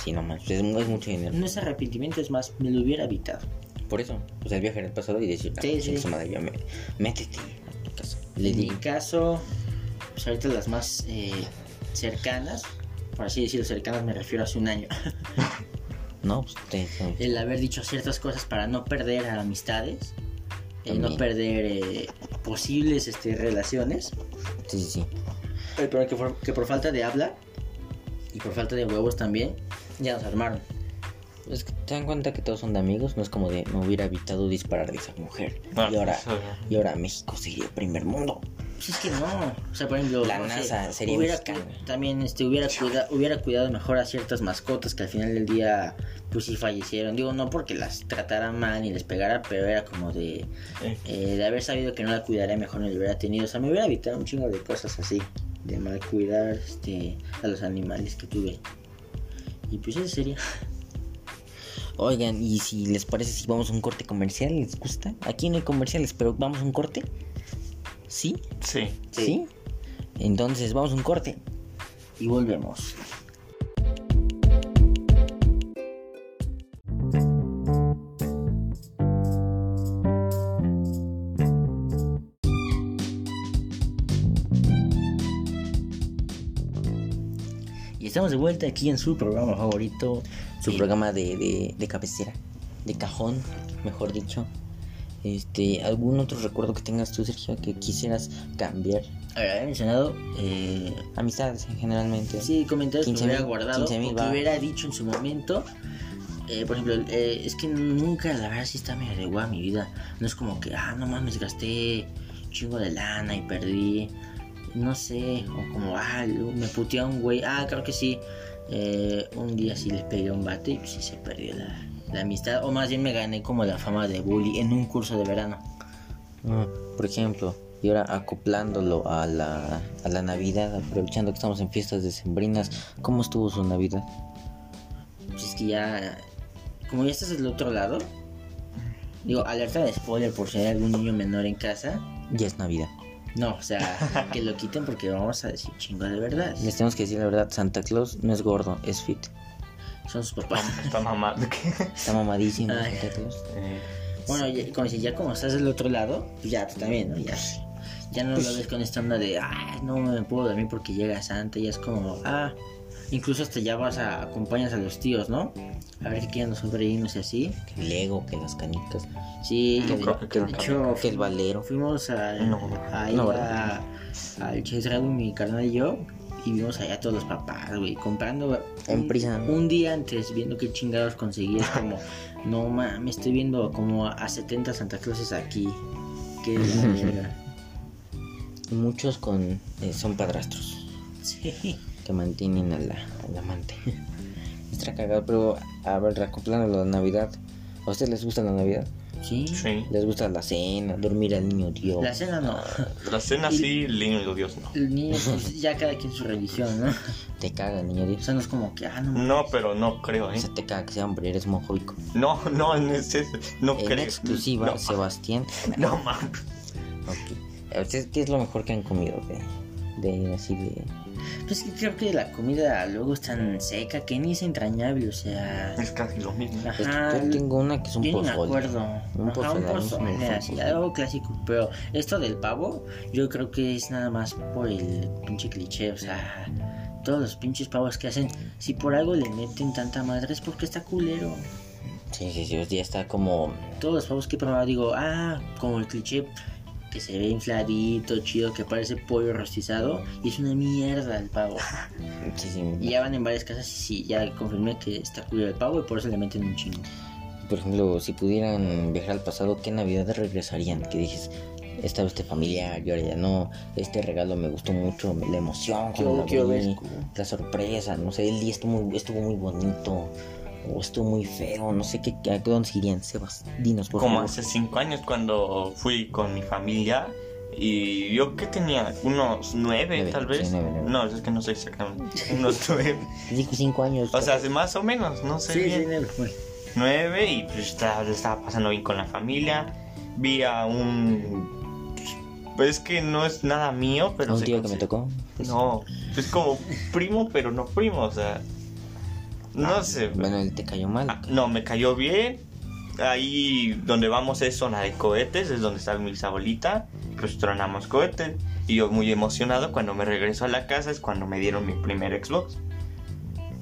Speaker 1: sí, no manches, es, es mucho dinero.
Speaker 2: No es arrepentimiento, es más, me lo hubiera evitado.
Speaker 1: Por eso, o sea, viajar al pasado y decir, ah,
Speaker 2: Sí,
Speaker 1: chingue
Speaker 2: sí.
Speaker 1: su madre, ya me, métete a tu casa. Le
Speaker 2: En mi
Speaker 1: di,
Speaker 2: caso, pues ahorita las más eh, cercanas, por así decirlo, cercanas me refiero a hace un año,
Speaker 1: no, pues te, te-
Speaker 2: el haber dicho ciertas cosas para no perder a amistades, eh, no
Speaker 1: También.
Speaker 2: perder eh, posibles este, relaciones,
Speaker 1: Sí, sí, sí.
Speaker 2: eh, pero que por, que por falta de habla y por falta de huevos también, ya nos armaron.
Speaker 1: Es que te dan cuenta que todos son de amigos, no es como de me hubiera evitado disparar de esa mujer.
Speaker 3: Ah,
Speaker 1: y ahora,
Speaker 3: eso, ¿no?
Speaker 1: y ahora México sería el primer mundo.
Speaker 2: Pues es que no. O sea, por ejemplo,
Speaker 1: La
Speaker 2: no sé,
Speaker 1: NASA sería
Speaker 2: hubiera
Speaker 1: mexicana.
Speaker 2: cu- También este, hubiera, cuida- hubiera cuidado mejor a ciertas mascotas que al final del día, pues sí fallecieron. Digo, no porque las tratara mal ni les pegara, pero era como de.
Speaker 3: Eh.
Speaker 2: eh, de haber sabido que no la cuidaría mejor, no la hubiera tenido. O sea, me hubiera evitado un chingo de cosas así. De mal cuidar este, a los animales que tuve. Y pues eso sería.
Speaker 1: Oigan, y si les parece, si vamos a un corte comercial, ¿les gusta? Aquí no hay comerciales, pero vamos a un corte. ¿Sí?
Speaker 3: Sí.
Speaker 1: ¿Sí?
Speaker 2: Sí.
Speaker 1: Entonces, vamos a un corte.
Speaker 2: Y volvemos. Y estamos de vuelta aquí en su programa favorito.
Speaker 1: Su
Speaker 2: Sí.
Speaker 1: programa de, de, de cabecera, de cajón, mejor dicho. Este, ¿algún otro recuerdo que tengas tú, Sergio, que quisieras cambiar?
Speaker 2: Ahora, había mencionado eh,
Speaker 1: Amistades, generalmente.
Speaker 2: Sí, comentarios que
Speaker 1: 15.000,
Speaker 2: hubiera guardado
Speaker 1: 15.000
Speaker 2: o
Speaker 1: va.
Speaker 2: que hubiera dicho en su momento. Eh, por ejemplo, eh, es que nunca, la verdad, sí está medio de guau mi vida. No es como que, ah, no mames, gasté un chingo de lana y perdí. No sé, o como, ah, lo- me puteó un güey. Ah, creo que sí. Eh, un día sí les pegué un bate y pues, sí se perdió la, la amistad. O más bien me gané como la fama de bully en un curso de verano.
Speaker 1: Ah, Por ejemplo, y ahora acoplándolo a la, a la Navidad, aprovechando que estamos en fiestas decembrinas, ¿cómo estuvo su Navidad?
Speaker 2: Pues es que ya. Como ya estás del otro lado. Digo, alerta de spoiler por si hay algún niño menor en casa.
Speaker 1: Ya es Navidad.
Speaker 2: No, o sea, que lo quiten porque vamos a decir chingo de verdad.
Speaker 1: Les tenemos que decir la verdad, Santa Claus no es gordo, es fit.
Speaker 2: Son sus papás.
Speaker 3: Está mamado.
Speaker 1: Está mamadísimo
Speaker 2: Ay.
Speaker 1: Santa Claus.
Speaker 3: Eh,
Speaker 2: Bueno, ya, como si ya como estás del otro lado, pues ya tú también, ¿no? Ya, ya no lo ves con esta onda de, ah, no me puedo dormir porque llega Santa, ya es como, ah, incluso hasta ya vas a, acompañas a los tíos, ¿no? A ver qué quieren los sobrinos y así.
Speaker 1: Que el Lego, que las canicas,
Speaker 2: Sí,
Speaker 3: No
Speaker 2: de-
Speaker 3: Mm. creo que
Speaker 2: de
Speaker 3: quieran
Speaker 2: hecho,
Speaker 1: que el valero.
Speaker 2: Fuimos a,
Speaker 3: No.
Speaker 2: a ir
Speaker 1: No,
Speaker 2: a- al Chase Dragon, mi carnal y yo, y vimos allá a todos los papás, güey, comprando
Speaker 1: En
Speaker 2: un-
Speaker 1: prisa.
Speaker 2: Un día antes, viendo qué chingados conseguías, como, no mames, estoy viendo como a, a 70 Santa Clauses aquí. Qué de la verga.
Speaker 1: Y Muchos con eh, son padrastros
Speaker 2: Sí.
Speaker 1: que mantienen a la, al amante. Está cagado, pero a ver, acoplándolo a la Navidad. ¿A ustedes les gusta la Navidad?
Speaker 2: Sí.
Speaker 3: sí.
Speaker 1: ¿Les gusta la cena, dormir al niño Dios?
Speaker 2: La cena no.
Speaker 3: La cena sí, lindo Dios no.
Speaker 2: El niño, pues, ya cada quien su religión, ¿no?
Speaker 1: Te caga el niño
Speaker 2: O
Speaker 1: Dios.
Speaker 2: sea, no es como que, ah, no mames.
Speaker 3: No, pero no creo,
Speaker 1: O
Speaker 3: ¿eh?
Speaker 1: sea, te caga que sea hombre, eres mojoico.
Speaker 3: No, no, no, es eso, no
Speaker 1: En
Speaker 3: creo.
Speaker 1: exclusiva,
Speaker 3: No,
Speaker 1: Sebastián.
Speaker 3: no mames.
Speaker 1: Ok. ¿A ustedes qué es lo mejor que han comido de, de así de.
Speaker 2: Pues que creo que la comida luego es tan seca que ni es entrañable, o sea.
Speaker 3: Es casi lo mismo.
Speaker 2: Ajá.
Speaker 1: pues, yo tengo una que es un
Speaker 2: Ah, Yo ni me
Speaker 1: pozole.
Speaker 2: acuerdo.
Speaker 1: Un
Speaker 2: Ajá,
Speaker 1: pozole, a mí sí me
Speaker 2: pozole,
Speaker 1: gusta un
Speaker 2: así,
Speaker 1: pozole.
Speaker 2: algo clásico. Pero esto del pavo, yo creo que es nada más por el pinche cliché. O sea, todos los pinches pavos que hacen, si por algo le meten tanta madre es porque está culero.
Speaker 1: Sí, sí, sí, ya está como.
Speaker 2: Todos los pavos que he probado, digo, ah, como el cliché que se ve infladito, chido, que parece pollo rostizado, y es una mierda el pavo.
Speaker 1: Sí,
Speaker 2: Y
Speaker 1: sí.
Speaker 2: ya van en varias casas y sí, ya confirmé que está culero el pavo y por eso le meten un chingo.
Speaker 1: Por ejemplo, si pudieran viajar al pasado, ¿qué navidad regresarían? Que dices, esta vez este familiar, yo ahora ya no. Este regalo me gustó mucho, me- la emoción, cuando lo vi, la sorpresa, no sé, el día estuvo muy, estuvo muy bonito. O estuvo muy feo, no sé qué, qué- a dónde se irían, Sebas. Dinos, por
Speaker 3: Como
Speaker 1: favor.
Speaker 3: hace cinco años cuando fui con mi familia y yo que tenía unos nueve
Speaker 1: Nueve,
Speaker 3: tal
Speaker 1: sí,
Speaker 3: vez.
Speaker 1: nueve, nueve.
Speaker 3: No, es que no sé exactamente. Unos nueve.
Speaker 1: Dijo cinco años.
Speaker 3: O sea, hace más o menos, no sé. bien.
Speaker 2: pues,
Speaker 3: nueve y pues estaba, lo estaba pasando bien con la familia. Vi a un... Pues es que no es nada mío, pero...
Speaker 1: a un
Speaker 3: se
Speaker 1: tío que me
Speaker 3: consi-
Speaker 1: tocó. pues,
Speaker 3: No, es como primo, pero no primo, o sea... No sé.
Speaker 1: Ah, Bueno, él te cayó mal.
Speaker 3: Ah, No, me cayó bien. Ahí donde vamos es zona de cohetes, es donde está mi abuelita. Pues tronamos cohetes. Y yo muy emocionado cuando me regreso a la casa es cuando me dieron mi primer Xbox.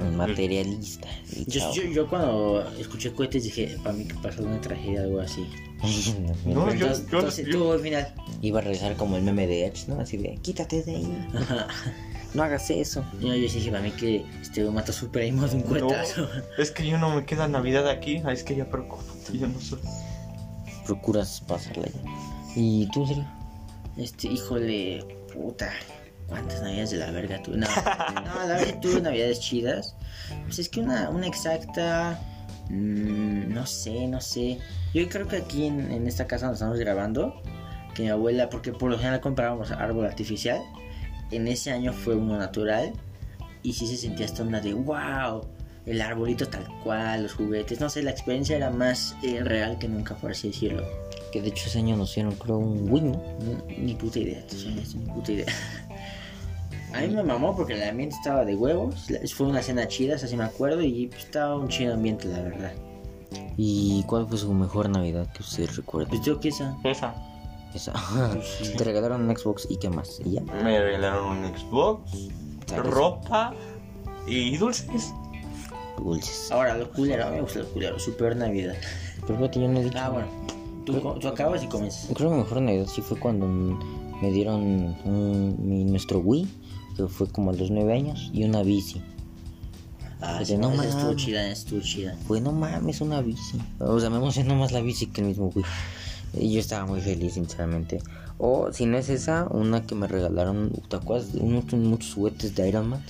Speaker 1: Un materialista. y
Speaker 2: Yo,
Speaker 1: chao.
Speaker 2: yo, yo cuando escuché cohetes dije, para mí que pasó una tragedia o algo así.
Speaker 3: No,
Speaker 2: Pero
Speaker 3: yo-
Speaker 2: entonces,
Speaker 3: yo-
Speaker 2: entonces
Speaker 3: yo-
Speaker 2: tú al final.
Speaker 1: Iba a regresar como el meme de Edge, ¿no? Así de, quítate de ahí,
Speaker 2: Ajá.
Speaker 1: no hagas eso.
Speaker 2: No, yo sí dije, para mí que este güey mató a su primo de un
Speaker 3: No,
Speaker 2: cuetazo.
Speaker 3: es que yo no me queda Navidad aquí. ah, Es que ya preocupo. Yo no soy.
Speaker 1: Procuras pasarla ya. ¿Y tú, Sergio?
Speaker 2: Este, híjole, puta. ¿Cuántas navidades de la verga tuve? No, no, la verdad tuve navidades chidas. Pues es que una, una exacta. mm, no sé, no sé. Yo creo que aquí en, en esta casa donde estamos grabando, que mi abuela, porque por lo general comprábamos árbol artificial, en ese año fue uno natural. Y sí se sentía esta onda de wow, el arbolito tal cual, los juguetes. No sé, la experiencia era más eh, real que nunca, por así decirlo.
Speaker 1: Que de hecho ese año nos hicieron, creo, un win, ¿no?
Speaker 2: Ni- Ni puta idea, te soy honesto, ni puta idea. A mí me mamó porque el ambiente estaba de huevos. la- Fue una cena chida, así me acuerdo. Y pues, estaba un chido ambiente, la verdad.
Speaker 1: ¿Y cuál fue su mejor Navidad que usted recuerda?
Speaker 2: Pues yo que esa.
Speaker 3: Esa.
Speaker 1: Esa. Te regalaron un Xbox y qué más. ¿Y ya?
Speaker 3: Me regalaron un Xbox,
Speaker 1: Tal vez.
Speaker 3: ropa y dulces.
Speaker 1: Dulces.
Speaker 2: Ahora, lo culero, a mí me gusta lo culero. Super Navidad.
Speaker 1: Pero espérate, yo no he dicho.
Speaker 2: Ah, bueno. Tú, co- tú acabas y comienzas.
Speaker 1: Creo que mi mejor Navidad sí fue cuando m- me dieron un- mi- nuestro Wii, que fue como a los nueve años, y una bici.
Speaker 2: Ah,
Speaker 1: Pues
Speaker 2: sí,
Speaker 1: no
Speaker 2: no, esa
Speaker 1: mames.
Speaker 2: estuvo chida, esa estuvo chida.
Speaker 1: Pues no mames, una bici. O sea, me emocionó más la bici que el mismo Wii. Y yo estaba muy feliz, sinceramente. O si no es esa, una que me regalaron, ¿te acuerdas? Unos, muchos juguetes de Iron Man.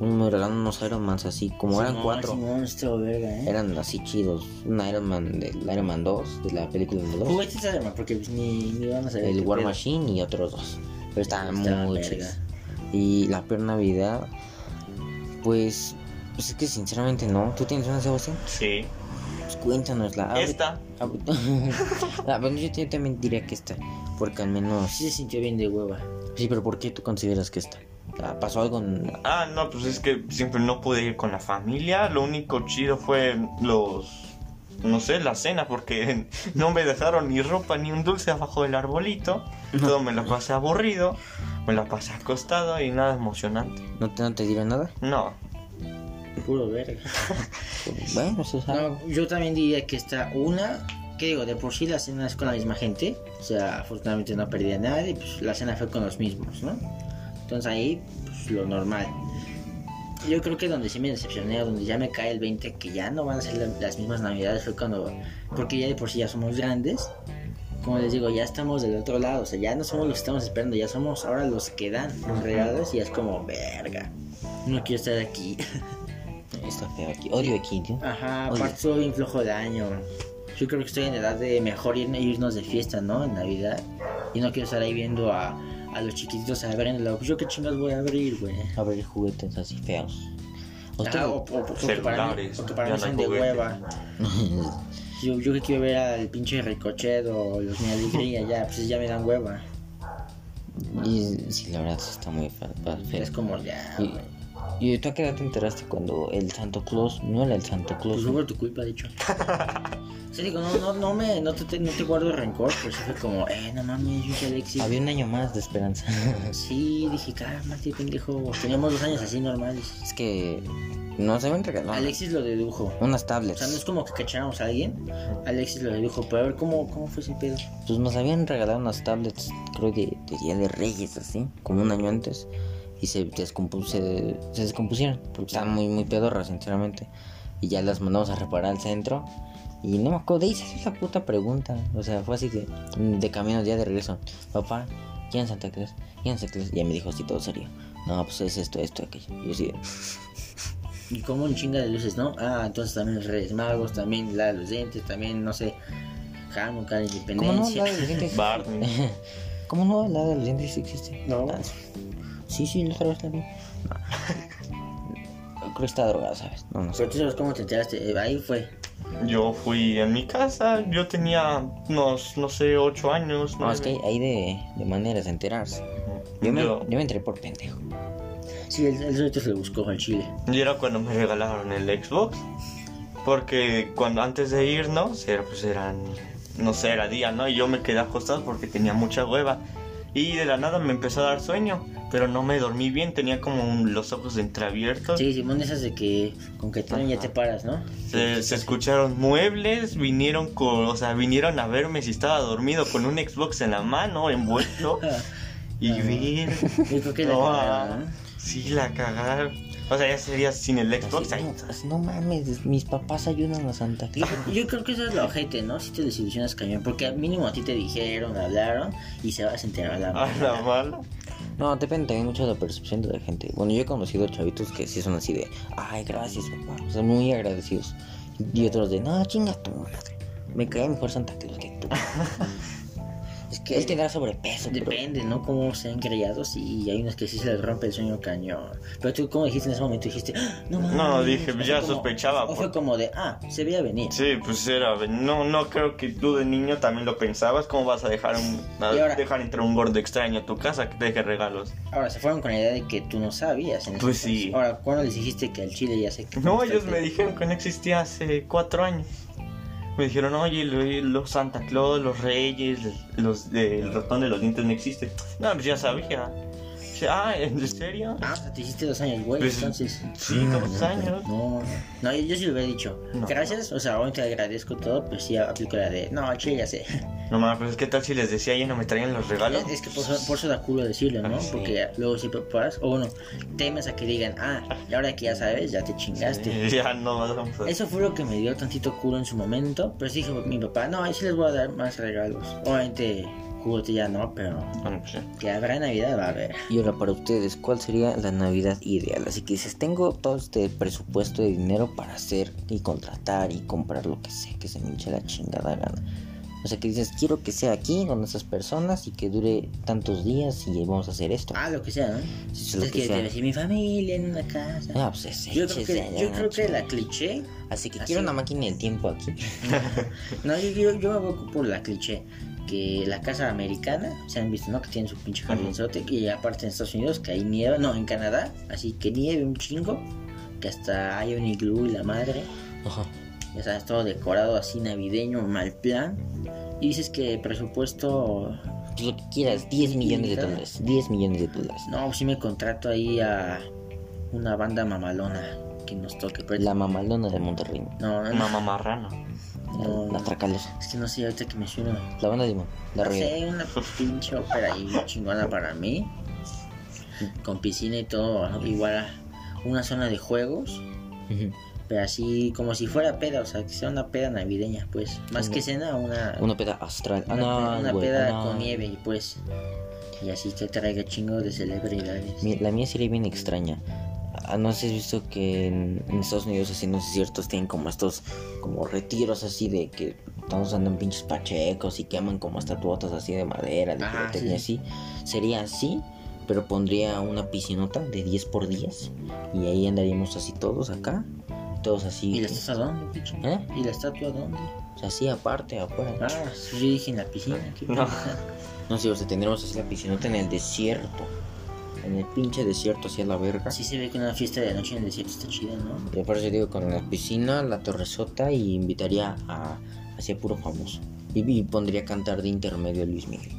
Speaker 1: Me regalaron unos Iron Mans así, como eran
Speaker 2: Simón,
Speaker 1: cuatro.
Speaker 2: Simón, estuvo verga, ¿eh?
Speaker 1: Eran así chidos. Un Iron Man del Iron Man 2, de la película de 2.
Speaker 2: Juguetes además, porque pues, ni, ni van a saber.
Speaker 1: El
Speaker 2: qué
Speaker 1: War
Speaker 2: pedo.
Speaker 1: Machine y otros dos. Pero estaban
Speaker 2: Estaban
Speaker 1: muy
Speaker 2: verga.
Speaker 1: chidos. Y la peor Navidad, pues, pues es que sinceramente no. ¿Tú tienes una, Sebastián?
Speaker 3: Sí.
Speaker 1: Pues cuéntanos la.
Speaker 3: Esta.
Speaker 1: Ah, bueno, yo, yo también diría que esta. Porque al menos.
Speaker 2: Sí se sintió bien de hueva.
Speaker 1: Sí, pero ¿por qué tú consideras que esta? Ah, ¿Pasó algo? en-
Speaker 3: Ah, no, pues es que siempre no pude ir con la familia. Lo único chido fue los. No sé, la cena, porque no me dejaron ni ropa ni un dulce abajo del arbolito. Todo me lo pasé aburrido, me lo pasé acostado y nada emocionante.
Speaker 1: ¿No te, no te dieron nada?
Speaker 3: No,
Speaker 2: Puro verga.
Speaker 1: Pues, Bueno, eso es algo.
Speaker 2: No, yo también diría que está una, que digo, de por sí la cena es con la misma gente, o sea, afortunadamente no perdí a nadie, pues la cena fue con los mismos, ¿no? Entonces ahí, pues lo normal. Yo creo que donde sí me decepcioné, o donde ya me cae el 20, que ya no van a ser la- las mismas navidades, fue cuando, porque ya de por sí ya somos grandes, como les digo, ya estamos del otro lado, o sea, ya no somos los que estamos esperando, ya somos ahora los que dan los regalos y es como, verga, no quiero estar aquí.
Speaker 1: Está feo aquí. Odio aquí, tío.
Speaker 2: Ajá,
Speaker 1: Oye.
Speaker 2: aparte estuvo bien flojo el año. Yo creo que estoy en edad de mejor ir- irnos de fiesta, ¿no? En Navidad. Y no quiero estar ahí viendo a, a los chiquititos abriéndolo. Pues yo qué chingas voy a abrir, güey.
Speaker 1: Abrir juguetes así feos.
Speaker 2: Ajá, o, o-
Speaker 1: Ustedes-
Speaker 2: o que para mí,
Speaker 3: Celulares,
Speaker 2: o que para
Speaker 3: ya
Speaker 2: mí
Speaker 3: no hay
Speaker 2: son de
Speaker 3: juguetes.
Speaker 2: hueva. Yo, yo que quiero ver al pinche Ricochet o los Mi Alegría, ya, pues ya me dan hueva.
Speaker 1: Y- sí, la verdad sí está muy fe- feo.
Speaker 2: Es como ya,
Speaker 1: Y-
Speaker 2: güey.
Speaker 1: ¿Y tú a qué edad te enteraste cuando el Santo Claus no era el Santo Claus?
Speaker 2: Pues fue por tu culpa, de hecho. O sea, digo, no, no, no, me, no, te, no te guardo rencor, pero sí fue como, eh, no mames, yo soy Alexis.
Speaker 1: Había un año más de esperanza.
Speaker 2: Sí, dije, cálmate, pendejo. Teníamos dos años así normales.
Speaker 1: es que no se ven regalado
Speaker 2: Alexis lo dedujo.
Speaker 1: unas
Speaker 2: O sea, no es
Speaker 1: tablets.
Speaker 2: como que cacháramos a alguien. Alexis lo dedujo. Pero a ver, ¿cómo, cómo fue ese pedo?
Speaker 1: Pues nos habían regalado unas tablets, creo de, de Día de Reyes, así, como un año antes. Y se, descompu- se, se descompusieron, porque estaban muy, muy pedorras, sinceramente. Y ya las mandamos a reparar al centro. Y no me acuerdo, de ahí salió la puta pregunta. O sea, fue así de, de camino, ya de regreso. Papá, ¿quién es Santa Claus? ¿Quién es Santa Claus? Y ya me dijo así todo serio. No, pues es esto, esto, aquello. Y yo así de,
Speaker 2: Y como un chinga de luces, ¿no? Ah, entonces también los Reyes Magos, también la de los dientes, también, no sé, Hanukkah, la
Speaker 1: ¿Cómo no?
Speaker 2: independencia.
Speaker 1: La de los dientes.
Speaker 3: Barney.
Speaker 1: ¿Cómo no? La de los dientes sí existe.
Speaker 2: No.
Speaker 1: Ah, Sí, sí, la otra vez la vi. No. Creo que está drogada, ¿sabes? No, no sé.
Speaker 2: Pero tú sabes cómo te enteraste. Eh, ahí fue.
Speaker 3: Yo fui en mi casa, yo tenía unos, no sé, ocho años.
Speaker 1: No, es que
Speaker 3: nueve.
Speaker 1: hay, hay de, de maneras de enterarse. Yo me,
Speaker 3: Yo-
Speaker 1: yo me enteré por pendejo.
Speaker 2: Sí, el, el solito se lo buscó al chile.
Speaker 3: Y era cuando me regalaron el Xbox. Porque cuando antes de irnos, era, pues eran. No sé, era día, ¿no? Y yo me quedé acostado porque tenía mucha hueva. Y de la nada me empezó a dar sueño. Pero no me dormí bien, tenía como un- los ojos entreabiertos.
Speaker 2: Sí, Simón, esas de que con que traen ya te paras, ¿no?
Speaker 3: Se, se escucharon muebles, vinieron con, o sea, vinieron a verme si estaba dormido con un Xbox en la mano, envuelto. y ver.
Speaker 2: Ah. Yo creo que la
Speaker 3: No,
Speaker 2: cagaron, ¿no?
Speaker 3: Sí, la cagaron. O sea, ya sería sin el Xbox.
Speaker 1: Así,
Speaker 3: ahí.
Speaker 1: no, así, no mames, mis papás ayudan a Santa
Speaker 2: Yo,
Speaker 1: Claus.
Speaker 2: yo creo que eso es la ojete, ¿no? Si te desilusionas cañón, porque al mínimo a ti te dijeron, hablaron y se vas a enterar la
Speaker 3: A la mala.
Speaker 1: No, depende también mucho de la percepción de la gente. Bueno, yo he conocido chavitos que sí son así de, ay, gracias, papá. Son muy agradecidos. Y otros de, no, chinga tu madre. Me cae mejor Santa Claus que tú.
Speaker 2: Es que
Speaker 1: Él tendrá sobrepeso, pero-
Speaker 2: depende, ¿no? Cómo sean criados y hay unos que sí se les rompe el sueño cañón. Pero tú, ¿cómo dijiste en ese momento? Dijiste, "Ah, no mames".
Speaker 3: No, dije,
Speaker 2: O fue
Speaker 3: ya
Speaker 2: como-
Speaker 3: sospechaba,
Speaker 2: O fue
Speaker 3: porque-
Speaker 2: como de, ah, se veía venir.
Speaker 3: Sí, pues era. No, no creo que tú de niño también lo pensabas. ¿Cómo vas a dejar un, a
Speaker 2: Y ahora-
Speaker 3: dejar entrar un gordo extraño a tu casa que te deje regalos?
Speaker 2: Ahora se fueron con la idea de que tú no sabías. En ese
Speaker 3: Pues
Speaker 2: caso.
Speaker 3: sí.
Speaker 2: Ahora, ¿cuándo les dijiste que el chile ya se
Speaker 3: No, ellos
Speaker 2: este.
Speaker 3: me dijeron que no existía hace cuatro años. Me dijeron, oye, lo- los Santa Claus, los Reyes, los de- el ratón de los dientes no existe. No, pues ya sabía. Dije, Ah, ¿en serio?
Speaker 2: Ah, o sea, te hiciste dos años, güey,
Speaker 3: Pues-
Speaker 2: entonces.
Speaker 3: Sí, dos años.
Speaker 2: No, no, yo, yo sí lo hubiera dicho.
Speaker 3: No.
Speaker 2: Gracias, o sea, hoy te agradezco todo, pero sí aplico la de, no, el chile ya sé.
Speaker 3: No mames, pues ¿qué tal si les decía ya no me traían los regalos?
Speaker 2: Es que por, eso- por eso da culo decirlo, ¿no?
Speaker 3: Ah, sí.
Speaker 2: Porque luego si preparas, o bueno, temes a que digan, ah, y ahora que ya sabes, ya este. te chingaste.
Speaker 3: Sí, Ya no vamos a...
Speaker 2: Eso fue lo que me dio tantito culo en su momento, pero sí dije mi papá, no, ahí sí les voy a dar más regalos. Obviamente, juguete ya no, pero
Speaker 3: Bueno, pues ya.
Speaker 2: que habrá Navidad, va a haber.
Speaker 1: Y ahora para ustedes, ¿cuál sería la Navidad ideal? Así que dices, tengo todo este presupuesto de dinero para hacer y contratar y comprar lo que sea que se me hinche la chingada gana. O sea que dices, quiero que sea aquí con esas personas y que dure tantos días y vamos a hacer esto.
Speaker 2: Ah, lo que sea, ¿no?
Speaker 1: Sí, sí, lo
Speaker 2: Entonces
Speaker 1: que sea.
Speaker 2: quiere decir mi familia en una casa.
Speaker 1: Ah, pues ese,
Speaker 2: yo creo
Speaker 1: ese,
Speaker 2: que, yo
Speaker 1: ya,
Speaker 2: creo que
Speaker 1: chingada.
Speaker 2: la cliché
Speaker 1: pues, Así que
Speaker 2: así.
Speaker 1: quiero una máquina del tiempo aquí.
Speaker 2: No, yo, yo, yo me voy por la cliché. Que la casa americana, se han visto, ¿no? Que tienen su pinche jardinzote. Y aparte en Estados Unidos, que hay nieve. No, en Canadá. Así que nieve un chingo. Que hasta hay un iglú y la madre.
Speaker 1: Ajá.
Speaker 2: Ya sabes, todo decorado así navideño, mal plan. Y dices que presupuesto.
Speaker 1: Pues lo que quieras, 10 millones de
Speaker 2: Ilimitado.
Speaker 1: dólares. 10 millones de dólares.
Speaker 2: No, si me contrato ahí a una banda mamalona que nos toque. Pero
Speaker 1: La mamalona de Monterrey.
Speaker 2: No, no,
Speaker 3: Una
Speaker 2: no.
Speaker 3: mamarrana.
Speaker 1: La,
Speaker 2: No.
Speaker 1: la tracalosa.
Speaker 2: Es que no sé ahorita que me suena.
Speaker 1: La banda de Mon- La
Speaker 2: No
Speaker 1: rueda.
Speaker 2: sé, una pinche ópera ahí chingona para mí. Con piscina y todo, ¿no? igual a una zona de juegos.
Speaker 1: Ujú.
Speaker 2: Pero así como si fuera peda, o sea, que sea una peda navideña, pues. Más
Speaker 1: Ujú.
Speaker 2: que cena, una,
Speaker 1: Una peda astral.
Speaker 2: una,
Speaker 1: ah,
Speaker 2: pe-
Speaker 1: no,
Speaker 2: una
Speaker 1: güey,
Speaker 2: peda
Speaker 1: ah, no.
Speaker 2: con nieve, y pues. Y así que traiga chingo de celebridades.
Speaker 1: Mi- La mía sería bien extraña. Ah, No sé si has visto que en, en Estados Unidos, así no sé ciertos, tienen como estos como retiros así de que están usando en pinches pachecos y queman como estatuotas así de madera, de
Speaker 2: Ajá,
Speaker 1: pirotecnia así. Sería así, pero pondría una piscinota de 10 por 10 y ahí andaríamos así todos acá, todos así.
Speaker 2: ¿Y la estatua dónde, pinche?
Speaker 1: ¿Eh?
Speaker 2: ¿Y la estatua dónde?
Speaker 1: O sea, así aparte, afuera.
Speaker 2: Ah, sí, yo dije en la piscina. qué
Speaker 3: No.
Speaker 2: pendeja.
Speaker 1: No sé, o sea, tendríamos así la piscinota en el desierto. En el pinche desierto, así a la verga.
Speaker 2: Así se ve que una fiesta de noche en el desierto está chida, ¿no?
Speaker 1: Y por eso digo, con la piscina, la torresota y invitaría a hacia puro famoso. Y, y pondría a cantar de intermedio a Luis Miguel.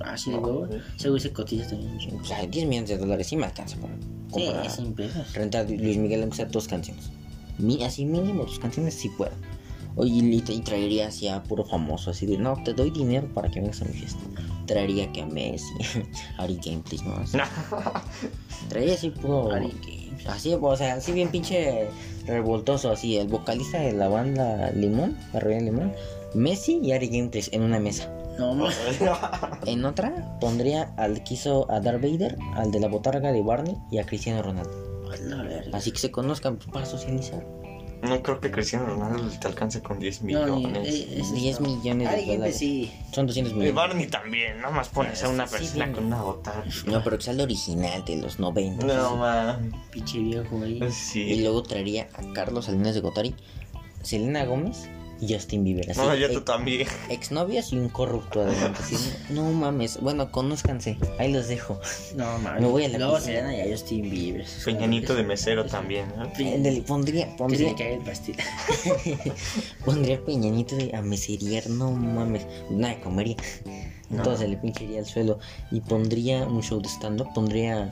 Speaker 2: Ah, sí, de huevo. Ese güey se cotiza también.
Speaker 1: O
Speaker 2: chingo.
Speaker 1: sea, 10 millones de dólares sí me alcanza para
Speaker 2: Sí,
Speaker 1: comprar.
Speaker 2: sin pedos.
Speaker 1: rentar a Luis Miguel aunque sea dos canciones. Mi- así mínimo dos canciones si puedo. Oye, y, y traería así a puro famoso, así de, no, te doy dinero para que vengas a mi fiesta. Traería que a Messi, Ari Gameplays, ¿no? Así. Traería así puro...
Speaker 2: Ari
Speaker 1: Así, o sea, así bien pinche revoltoso, así, el vocalista de la banda Limón, la Reina Limón, Messi y Ari Gameplays en una mesa.
Speaker 2: No, ma-
Speaker 1: En otra pondría al que hizo a Darth Vader, al de la botarga de Barney y a Cristiano Ronaldo.
Speaker 2: a la verga.
Speaker 1: Así que se conozcan pues, para socializar.
Speaker 3: No creo que Cristiano Ronaldo te alcance con 10
Speaker 2: No, ni-
Speaker 3: millones.
Speaker 2: eh, ese
Speaker 1: 10
Speaker 2: no.
Speaker 1: millones de
Speaker 2: Alguien que
Speaker 1: dólares.
Speaker 2: sí.
Speaker 1: Son 200
Speaker 3: Y
Speaker 1: millones.
Speaker 3: Barney también, nada más pones a una
Speaker 1: Sí, sí,
Speaker 3: persona
Speaker 1: sí.
Speaker 3: con una botarga.
Speaker 1: No, pero que sea el original de los 90.
Speaker 3: No mames.
Speaker 2: Pinche viejo ahí.
Speaker 1: Y
Speaker 3: Sí.
Speaker 1: luego traería a Carlos Salinas de Gotari, Selena Gómez y Justin Bieber. Así,
Speaker 3: No, yo tú
Speaker 1: ex-
Speaker 3: también.
Speaker 1: exnovias y un corrupto adelante. Así, no mames. Bueno, conózcanse. Ahí los dejo.
Speaker 2: No, mames.
Speaker 1: Me voy a la
Speaker 2: Luego
Speaker 1: piscina.
Speaker 2: Selena y a Justin Bieber.
Speaker 3: Peñanito de mesero también, ¿no?
Speaker 1: Ándale, pondría,
Speaker 2: Que se
Speaker 1: pondría,
Speaker 2: le caiga el pastel.
Speaker 1: pondría peñanito de a meserear, no mames, nada comería. Entonces le pincharía al suelo y pondría un show de stand-up, pondría,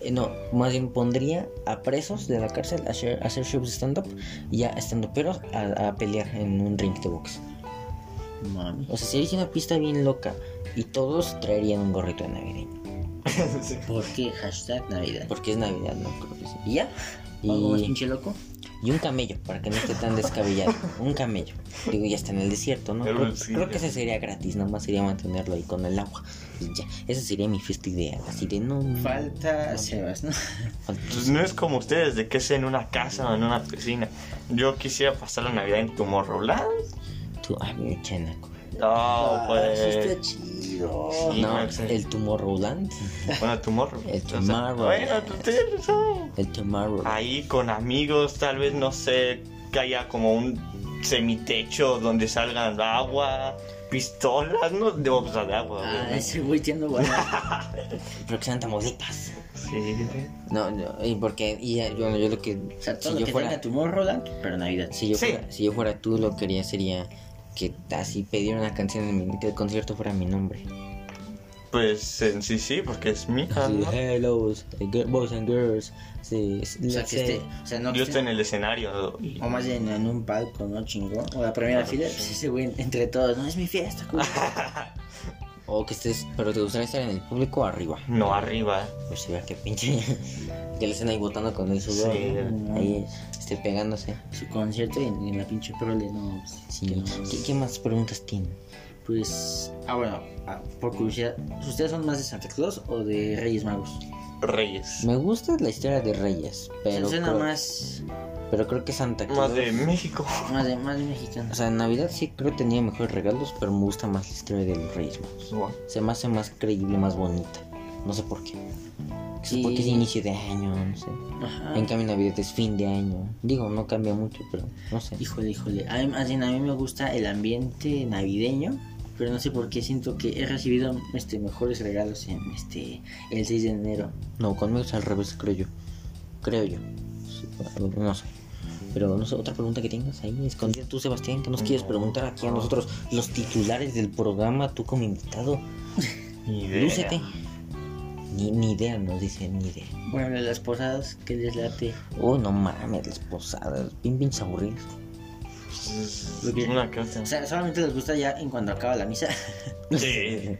Speaker 1: eh, no, más bien pondría a presos de la cárcel a hacer, a hacer shows de stand-up y a stand-uperos a, a pelear en un ring de box.
Speaker 2: Mami.
Speaker 1: O sea, sería una pista bien loca y todos traerían un gorrito de navideño,
Speaker 3: Sí.
Speaker 2: ¿Por qué? Hashtag Navidad.
Speaker 1: porque es Navidad, ¿no? Creo que sí. Y ya,
Speaker 2: ¿Algo más
Speaker 1: Y,
Speaker 2: pinche loco?
Speaker 1: y un camello, para que no esté tan descabellado. un camello. Digo, ya está en el desierto, ¿no?
Speaker 3: Pero
Speaker 1: Creo,
Speaker 3: sí,
Speaker 1: creo que
Speaker 3: ya.
Speaker 1: ese sería gratis, nomás sería mantenerlo ahí con el agua. Y ya, esa sería mi fiesta ideal. Así de no.
Speaker 2: Falta Sebas, ¿no?
Speaker 1: falta-
Speaker 3: Pues no es como ustedes, de que sea en una casa o en una piscina. Yo quisiera pasar la Navidad en Tomorrowland.
Speaker 1: Tú, ay, mi chenaco. Ah,
Speaker 3: No, pues.
Speaker 2: Eso está chido.
Speaker 3: Sí,
Speaker 1: No,
Speaker 3: Max, eh.
Speaker 1: el Tomorrowland.
Speaker 3: Bueno, Tomorrow.
Speaker 1: El
Speaker 3: Entonces,
Speaker 1: Tomorrowland.
Speaker 3: Bueno, tú- ustedes lo saben.
Speaker 1: El Tomorrowland.
Speaker 3: Ahí con amigos, tal vez, no sé, que haya como un semitecho donde salgan agua, pistolas, no debo usar de agua.
Speaker 2: Ah,
Speaker 3: obviamente.
Speaker 2: ese güey tiene guardado.
Speaker 1: Pero que sean Tamaulipas.
Speaker 3: Sí.
Speaker 1: No, no, y porque, y eh, bueno, yo lo que.
Speaker 2: O sea, todo
Speaker 1: si
Speaker 2: lo
Speaker 1: yo
Speaker 2: que
Speaker 1: fuera.
Speaker 2: tenga tu Morroland, pero Navidad.
Speaker 1: Si yo,
Speaker 3: Sí.
Speaker 1: fuera, si yo fuera tú, lo que haría sería que así pedir una canción en mi, que el concierto fuera mi nombre.
Speaker 3: Pues en sí, sí, porque es mi
Speaker 1: Así,
Speaker 3: ¿no?
Speaker 1: hello, eh, gir- boys and girls. Sí,
Speaker 2: O sea,
Speaker 1: este
Speaker 2: que esté. O sea, no que
Speaker 3: Yo
Speaker 2: esté-
Speaker 3: estoy en el escenario. y-
Speaker 2: O más bien en un palco, ¿no? Chingón. O la primera fila, pues ese güey entre todos, no, es mi fiesta, güey.
Speaker 1: O que estés, pero te gustaría estar en el público o arriba.
Speaker 3: No arriba.
Speaker 1: Pues si vea que pinche. que le estén ahí botando con el sudor.
Speaker 3: Sí.
Speaker 1: ¿no? Ahí esté pegándose.
Speaker 2: Su concierto y en, en la pinche prole, no. pues,
Speaker 1: Sí.
Speaker 2: que no.
Speaker 1: ¿Qué, qué más preguntas tienen?
Speaker 2: Pues, ah, bueno, ah, por curiosidad, ¿ustedes son más de Santa Claus o de Reyes Magos?
Speaker 3: Reyes.
Speaker 1: Me gusta la historia de Reyes, pero.
Speaker 2: o sea, suena
Speaker 1: creo,
Speaker 2: más,
Speaker 1: Pero creo que Santa Claus.
Speaker 3: Más de México.
Speaker 2: más, de, más de mexicano.
Speaker 1: O sea, en Navidad sí creo que tenía mejores regalos, pero me gusta más la historia del rey.
Speaker 3: Pues,
Speaker 1: Se me hace más creíble, más bonita. No sé por qué.
Speaker 2: Sí.
Speaker 1: Porque es inicio de año, no sé.
Speaker 2: Ajá.
Speaker 1: En cambio, Navidad es fin de año. Digo, no cambia mucho, pero no sé.
Speaker 2: Híjole, híjole. A mí, más bien, a mí me gusta el ambiente navideño, pero no sé por qué siento que he recibido este, mejores regalos en este el 6 de enero.
Speaker 1: No, conmigo es al revés, creo yo. Creo yo. Sí, No sé. Pero no sé, otra pregunta que tengas ahí, escondida tú, Sebastián, que nos quieres
Speaker 3: No.
Speaker 1: preguntar aquí a nosotros, los titulares del programa, tú como invitado.
Speaker 3: Ni idea.
Speaker 1: Lúcete. Ni, ni idea, nos dice, ni idea.
Speaker 2: Bueno, lo de las posadas, que les late.
Speaker 1: Uy, no mames, las posadas, bien, bien aburridas.
Speaker 3: Pues,
Speaker 2: Lo que-
Speaker 3: Una que otra.
Speaker 2: O sea, solamente les gusta ya en cuando acaba la misa.
Speaker 3: Sí.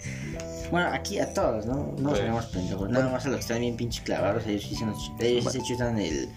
Speaker 2: Bueno, aquí a todos, ¿no? No
Speaker 3: Sí.
Speaker 2: tenemos pendejos. Nada más a los que están bien pinche clavados. Ellos sí se, nos, ellos sí se chutan el,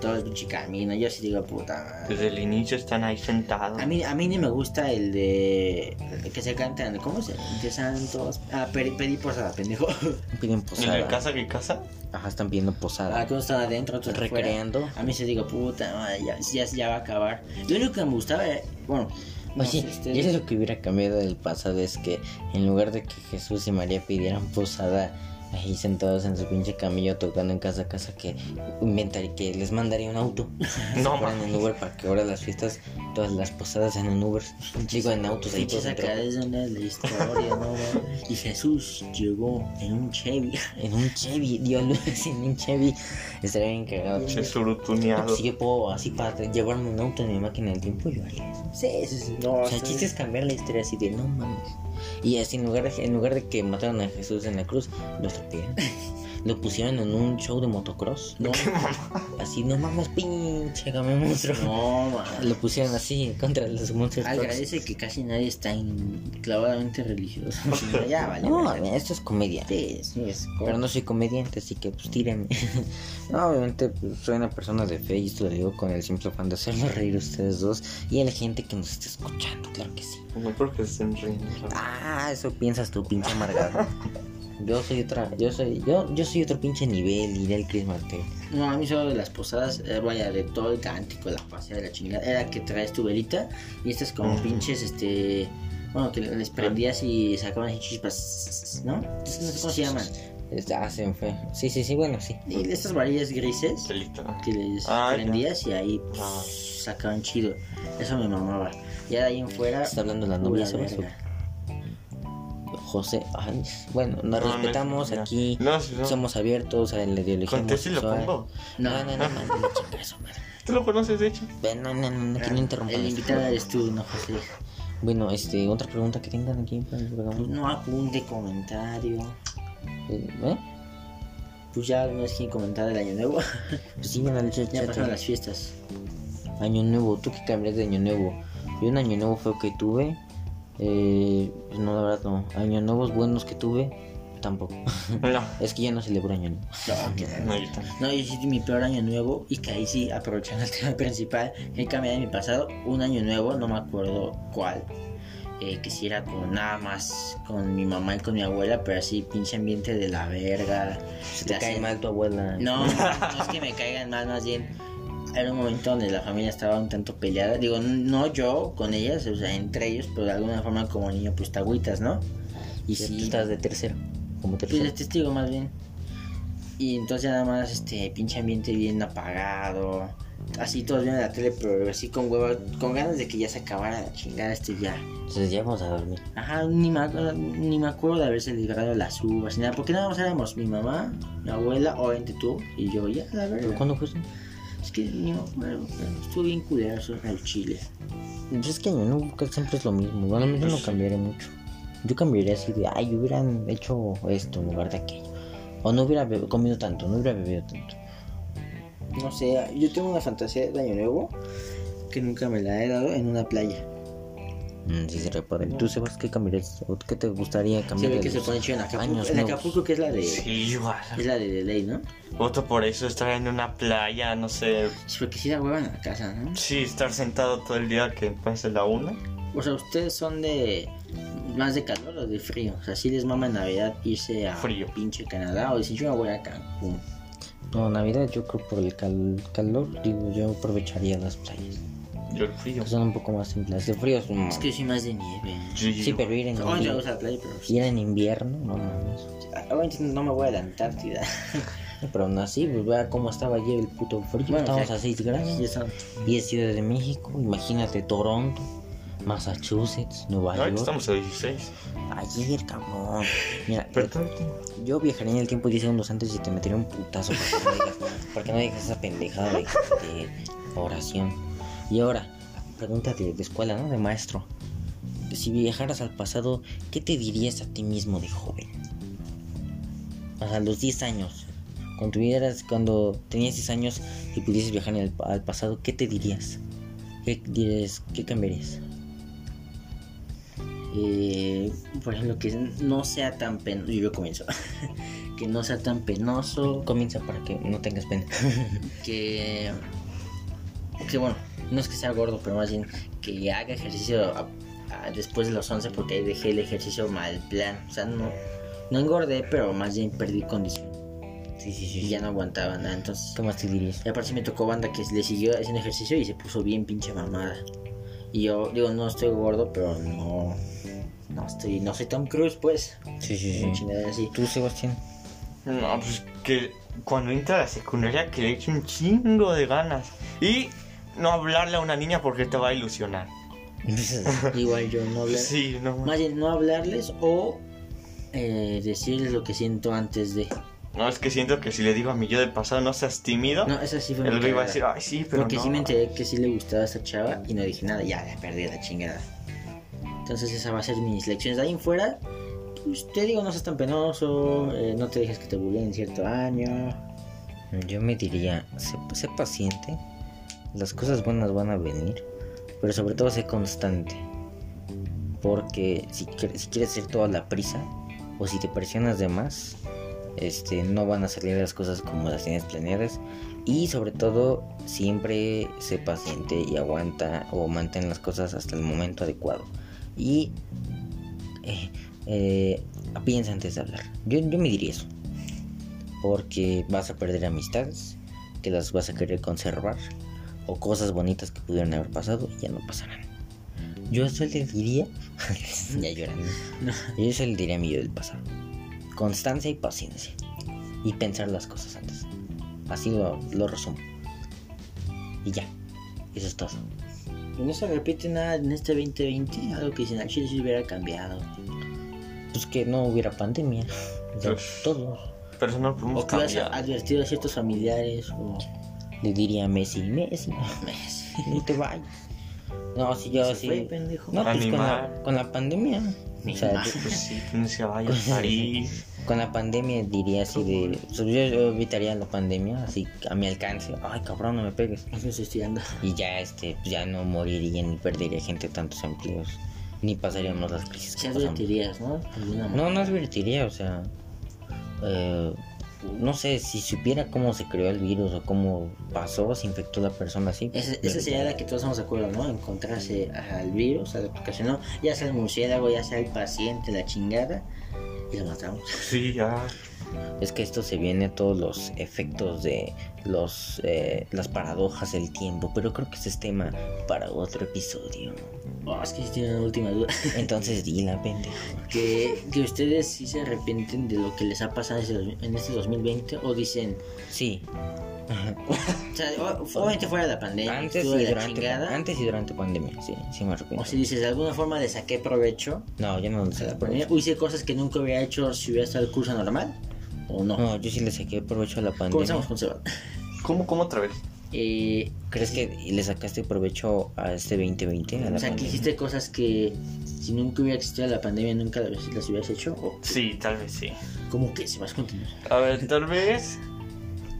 Speaker 2: todo el pinche camino. Yo sí digo, puta madre.
Speaker 3: Desde el inicio están ahí sentados.
Speaker 2: A mí, a mí ni me gusta el de. el que se cantan. ¿Cómo se? De santos. Ah, peri, peri posada, pendejo.
Speaker 1: Ah. Piden
Speaker 3: ¿El de
Speaker 1: posada.
Speaker 3: casa que casa?
Speaker 1: Ajá, están pidiendo
Speaker 2: Ah,
Speaker 1: posada.
Speaker 2: que unos están adentro, otros afuera.
Speaker 1: Recreando.
Speaker 2: A mí se digo, puta madre, ya, ya, ya va a acabar. Lo único que me gustaba era. Bueno, no
Speaker 1: Oye,
Speaker 2: sé
Speaker 1: Pues y
Speaker 2: ustedes.
Speaker 1: eso es lo que hubiera cambiado del pasado es que en lugar de que Jesús y María pidieran posada ahí sentados en su pinche camillo tocando en casa a casa que inventaría que les mandaría un auto.
Speaker 3: No,
Speaker 1: Fueran en
Speaker 3: mames.
Speaker 1: Uber para que ahora las fiestas, todas las posadas en un Uber, digo en autos ahí
Speaker 2: Pinche
Speaker 1: todos entre-
Speaker 2: sacadez de una de la historia, ¿no? Y Jesús llegó en un Chevy.
Speaker 1: en un Chevy, Dios luz en un Chevy, estaría bien cagado.
Speaker 3: Se
Speaker 1: No,
Speaker 3: surutuneado.
Speaker 1: pues, si yo puedo así para llevarme un auto en mi máquina del tiempo, yo haría eso.
Speaker 2: Sí, sí, sí. No,
Speaker 1: O sea, el chiste es cambiar la historia así de no mames. Y así en lugar de, en lugar de que mataron a Jesús en la cruz, lo atropellan. Lo pusieron en un show de motocross.
Speaker 2: No,
Speaker 1: Así, no mames, pinche game monstruo.
Speaker 2: no, man.
Speaker 1: Lo pusieron así contra los monstruos.
Speaker 2: Agradece que casi nadie está en- clavadamente religioso. Si no, ya, vale.
Speaker 1: No,
Speaker 2: verga.
Speaker 1: mira, esto es comedia.
Speaker 2: Sí, sí, es
Speaker 1: Pero no soy comediante, así que pues tírenme. no, obviamente pues, soy una persona de fe y esto lo digo con el simple afán de hacerlos reír a ustedes dos y a la gente que nos está escuchando, claro que sí.
Speaker 3: No porque estén riendo.
Speaker 1: Ah, eso piensas tú, pinche amargado. yo soy otra, yo soy, yo, yo soy otro pinche nivel, iré al Chris Martel.
Speaker 2: No, a mí solo de las posadas, eh, vaya, de todo el cántico, la pasea de la chingada, era que traes tu velita y estas como
Speaker 3: Ujú.
Speaker 2: pinches, este. Bueno, que les prendías y sacaban así chispas, ¿no? No sé cómo se llaman.
Speaker 1: Es- Ah, se me fue. Sí, sí, sí, bueno, sí.
Speaker 2: Y estas varillas grises
Speaker 3: Celita.
Speaker 2: que les
Speaker 3: Ah, ya.
Speaker 2: prendías y ahí pues,
Speaker 3: Ah.
Speaker 2: sacaban chido. Eso me mamaba. Ya de ahí en fuera.
Speaker 1: Está hablando la novia
Speaker 2: pura
Speaker 1: sobre eso.
Speaker 2: verga.
Speaker 1: José, ay, bueno, nos
Speaker 3: No, no,
Speaker 1: respetamos
Speaker 3: no.
Speaker 1: aquí.
Speaker 3: No, si no.
Speaker 1: Somos abiertos a la ideología.
Speaker 3: Contesto y lo
Speaker 1: homosexual.
Speaker 3: pongo.
Speaker 1: No,
Speaker 2: No.
Speaker 1: no, no, no, no, chinga eso, madre.
Speaker 3: Tú lo conoces, de hecho.
Speaker 1: Ven, no, no, no, no,
Speaker 3: Ah,
Speaker 1: que no interrumpan
Speaker 2: El
Speaker 1: esto.
Speaker 2: invitado eres tú, no José.
Speaker 1: Bueno, este, otra pregunta que tengan aquí para el programa.
Speaker 2: No apunte comentario.
Speaker 1: Eh, ¿eh?
Speaker 2: Pues ya no es quien comentar el año nuevo.
Speaker 1: Pues sí, me la han dicho,
Speaker 2: Ya
Speaker 1: chat.
Speaker 2: pasaron las fiestas.
Speaker 1: Año nuevo, ¿tú qué cambiarías de año nuevo? Yo un año nuevo feo que tuve, eh, pues no, la verdad no. Año nuevos buenos que tuve, tampoco.
Speaker 3: No,
Speaker 1: Es que ya no celebro año nuevo.
Speaker 2: No, que-
Speaker 3: no, yo tampoco.
Speaker 2: No, yo hice mi peor año nuevo y que ahí sí, aprovechando el tema principal, que cambié de mi pasado, un año nuevo, no me acuerdo cuál. Eh, que si era con nada más con mi mamá y con mi abuela, pero así pinche ambiente de la verga.
Speaker 1: Se te
Speaker 2: la
Speaker 1: cae
Speaker 2: cen-
Speaker 1: mal tu abuela.
Speaker 2: No, no es que me caigan mal, más bien. Era un momento donde la familia estaba un tanto peleada. Digo, no yo con ellas, o sea, entre ellos, pero de alguna forma como niño, pues te agüitas, ¿no?
Speaker 1: Y
Speaker 2: Y
Speaker 1: si
Speaker 2: sí,
Speaker 1: estás de tercero. Como
Speaker 2: pues
Speaker 1: tercero.
Speaker 2: de testigo más bien. Y entonces nada más este pinche ambiente bien apagado. Así todos viendo la tele, pero así con hueva, con ganas de que ya se acabara la chingada este ya.
Speaker 1: Entonces pues ya vamos a dormir.
Speaker 2: Ajá, ni me, ac- ni me acuerdo de haberse librado las uvas, ni nada, porque nada más éramos mi mamá, mi abuela, obviamente tú y yo, ya, la
Speaker 1: ¿Pero
Speaker 2: verdad.
Speaker 1: cuándo fue eso?
Speaker 2: Es que ni me acuerdo, pero estuvo bien culero eso en el chile.
Speaker 1: Pues es que año nuevo casi siempre es lo mismo. Bueno, yo
Speaker 2: Pues
Speaker 1: no cambiaré mucho. Yo cambiaría así de, ay, hubieran hecho esto en lugar de aquello. O no hubiera be- comido tanto, no hubiera bebido tanto.
Speaker 2: No sé, yo tengo una fantasía de año nuevo que nunca me la he dado en una playa.
Speaker 1: Mm, sí, se repara. ¿Tú sabes qué cambiarías? ¿O qué te gustaría
Speaker 2: Se
Speaker 1: cambiar?
Speaker 2: ve
Speaker 1: de
Speaker 2: que se
Speaker 1: los
Speaker 2: pone chido en Acapulco.
Speaker 1: años
Speaker 2: En
Speaker 1: nuevos?
Speaker 2: Acapulco que es la de...
Speaker 3: Sí, igual.
Speaker 2: Es la de Delay, ¿no?
Speaker 3: Voto por eso, estar en una playa, no sé.
Speaker 2: Sí, porque sí la huevan a la casa, ¿no?
Speaker 3: Sí, estar sentado todo el día que pase la una.
Speaker 2: O sea, ustedes son de más de calor o de frío. O sea, sí les mama en Navidad irse a
Speaker 3: Frío.
Speaker 2: pinche Canadá o decir yo me voy a Cancún.
Speaker 1: No, Navidad yo creo por el cal- calor, digo, yo aprovecharía las playas.
Speaker 3: Yo el frío.
Speaker 1: Que son un poco más simples. El frío es un...
Speaker 2: Es que yo soy más de nieve.
Speaker 1: Sí, pero ir en,
Speaker 2: O sea, Hoy me
Speaker 1: invierno,
Speaker 2: gusta la playa, pero pues,
Speaker 1: ir en invierno, no mames.
Speaker 2: obviamente no me voy a la Antártida.
Speaker 1: Pero aún así, pues vea cómo estaba ayer el puto frío.
Speaker 2: Bueno,
Speaker 1: Estamos
Speaker 2: o sea,
Speaker 1: a 6 grados.
Speaker 2: Sí, eso.
Speaker 1: Y es Ciudad de México, imagínate Toronto, Massachusetts, Nueva
Speaker 3: Ahorita
Speaker 1: York.
Speaker 3: estamos a 16.
Speaker 1: Ayer, cabrón. Mira,
Speaker 3: Pero
Speaker 1: yo, yo viajaría en el tiempo 10 segundos antes y te metería un putazo para que no digas, para que no digas esa pendejada de, de oración. Y ahora, pregunta de, de escuela, ¿no? De maestro. Si viajaras al pasado, ¿qué te dirías a ti mismo de joven? O sea, a los 10 años. Cuando, tuvieras, cuando tenías 10 años y pudieses viajar en el pa- al pasado, ¿qué te dirías? ¿Qué, dirías, ¿Qué cambiarías?
Speaker 2: Eh, por ejemplo, que no sea tan penoso. Yo comienzo. que no sea tan penoso.
Speaker 1: Comienza para que no tengas pena.
Speaker 2: que que bueno no es que sea gordo pero más bien que haga ejercicio a- a- después de los 11 porque ahí dejé el ejercicio mal plan o sea no no engordé pero más bien perdí condición
Speaker 1: Sí, sí,
Speaker 2: y
Speaker 1: sí.
Speaker 2: ya no aguantaba nada entonces
Speaker 1: ¿Qué más te dirías?
Speaker 2: y aparte sí me tocó banda que le siguió haciendo ejercicio y se puso bien pinche mamada y yo digo no estoy gordo pero no no estoy no soy Tom Cruise pues
Speaker 1: Sí, sí,
Speaker 2: Una
Speaker 1: sí.
Speaker 2: chingadera así
Speaker 1: ¿Tú, Sebastián?
Speaker 3: No, pues que cuando entra a la secundaria que le eche un chingo de ganas. Y no hablarle a una niña porque te va a ilusionar.
Speaker 2: igual yo no hablé
Speaker 3: Sí, no.
Speaker 2: Más bien, no hablarles o eh, decirles lo que siento antes de.
Speaker 3: No, es que siento que si le digo a mi yo del pasado no seas tímido,
Speaker 2: No, esa sí fue mi
Speaker 3: él iba
Speaker 2: cagada.
Speaker 3: a decir, ay, sí, pero
Speaker 2: Porque
Speaker 3: no.
Speaker 2: sí me enteré que sí le gustaba a esta chava y no dije nada, ya la perdí la chingada. Entonces, esa va a ser mis lecciones. De ahí en fuera, pues, te digo, no seas tan penoso, eh, no te dejes que te bulleen en cierto año.
Speaker 1: Yo me diría, sé, sé paciente, las cosas buenas van a venir, pero sobre todo sé constante. Porque si, quer- si quieres ir toda la prisa, o si te presionas de más, este, no van a salir las cosas como las tienes planeadas. Y sobre todo, siempre sé paciente y aguanta o mantén las cosas hasta el momento adecuado. Y eh, eh, piensa antes de hablar. Yo, yo me diría eso porque vas a perder amistades que las vas a querer conservar o cosas bonitas que pudieron haber pasado y ya no pasarán. Yo eso le diría, ya llorando, yo eso le diría a mi yo del pasado. Constancia y paciencia y pensar las cosas antes. Así lo, lo resumo. Y ya, eso es todo.
Speaker 2: Y no se repite nada en este 2020, algo que dicen al chile si hubiera cambiado.
Speaker 1: Pues que no hubiera pandemia, o sea,
Speaker 3: Uf.
Speaker 1: todos.
Speaker 3: Pero eso no lo
Speaker 2: O
Speaker 3: podemos
Speaker 2: que hubieras
Speaker 3: cambiar.
Speaker 2: advertido a ciertos familiares o.
Speaker 1: Le diría a Messi, Messi, no te vayas. No, si yo
Speaker 2: Se
Speaker 1: sí.
Speaker 2: fue, pendejo.
Speaker 1: No, pues con la,
Speaker 3: Animal.
Speaker 1: con la pandemia. O sea,
Speaker 2: Animal.
Speaker 1: yo-
Speaker 3: Pues sí, que no se vaya a París.
Speaker 1: con la pandemia diría así de. o sea, Yo, yo evitaría la pandemia, así a mi alcance. Ay, cabrón, no me pegues.
Speaker 2: No pues, estoy estudiando.
Speaker 1: Y ya, este, pues, ya no moriría ni perdería gente tantos empleos. Ni pasaríamos las crisis que
Speaker 2: Se
Speaker 1: pasamos.
Speaker 2: advertirías, ¿no? Alguna
Speaker 1: No, no advertiría, o sea. eh, no sé, si supiera cómo se creó el virus o cómo pasó, se infectó la persona así. pues,
Speaker 2: Esa, esa sería la que todos estamos de acuerdo, ¿no? Encontrarse al virus, a la aplicación, ¿no? Ya sea el murciélago, ya sea el paciente, la chingada, y lo matamos.
Speaker 3: Sí, ya.
Speaker 1: Es que esto se viene a todos los efectos de los eh, las paradojas del tiempo, pero creo que ese es tema para otro episodio.
Speaker 2: Oh, es que sí tiene una última duda.
Speaker 1: Entonces di la pendeja.
Speaker 2: Que, que ustedes sí se arrepienten de lo que les ha pasado en ese- en este 2020 o dicen,
Speaker 1: Sí.
Speaker 2: o sea, o- obviamente fuera de la pandemia,
Speaker 1: Antes
Speaker 2: estuvo de
Speaker 1: y,
Speaker 2: la
Speaker 1: durante,
Speaker 2: chingada,
Speaker 1: antes y durante pandemia, sí, sí me arrepiento.
Speaker 2: o si dices de alguna forma le saqué provecho
Speaker 1: No, yo no se
Speaker 2: a la
Speaker 1: la
Speaker 2: pandemia, o hice cosas que nunca hubiera hecho si hubiera estado el curso normal o no.
Speaker 1: No, yo sí le saqué provecho a la pandemia.
Speaker 2: Comenzamos con Seba.
Speaker 3: ¿Cómo, cómo otra vez?
Speaker 2: Eh,
Speaker 1: ¿Crees que le sacaste provecho a este 2020? A la
Speaker 2: o sea, que
Speaker 1: pandemia?
Speaker 2: hiciste cosas que si nunca hubiera existido la pandemia nunca las, las hubieras hecho o
Speaker 3: Sí, tal vez sí.
Speaker 2: como que se vas a continuar.
Speaker 3: A ver, tal vez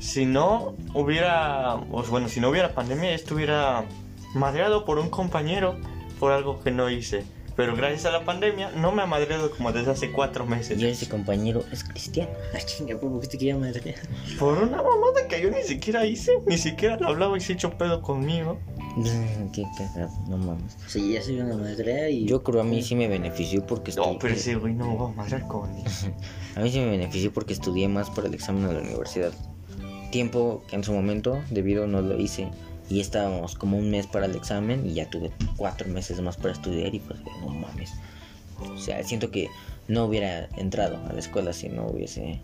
Speaker 3: si no hubiera, o bueno, si no hubiera pandemia, estuviera madreado por un compañero por algo que no hice. Pero gracias a la pandemia no me ha madreado como desde hace cuatro meses.
Speaker 1: Y ese compañero es cristiano.
Speaker 2: La chinga, ¿por qué te quería madre?
Speaker 3: Por una mamada que yo ni siquiera hice, ni siquiera lo hablaba y se echó pedo conmigo.
Speaker 1: Qué cagado, no mames.
Speaker 2: O sea, ya soy una madre y
Speaker 1: Yo creo a mí sí me benefició porque eh,
Speaker 3: No,
Speaker 1: estu-
Speaker 3: pero ese güey no me va a madrear con
Speaker 1: a mí sí me benefició porque estudié más para el examen de la universidad. Tiempo que en su momento debido no lo hice y estábamos como un mes para el examen y ya tuve cuatro meses más para estudiar y pues no mames. O sea, siento que no hubiera entrado a la escuela si no hubiese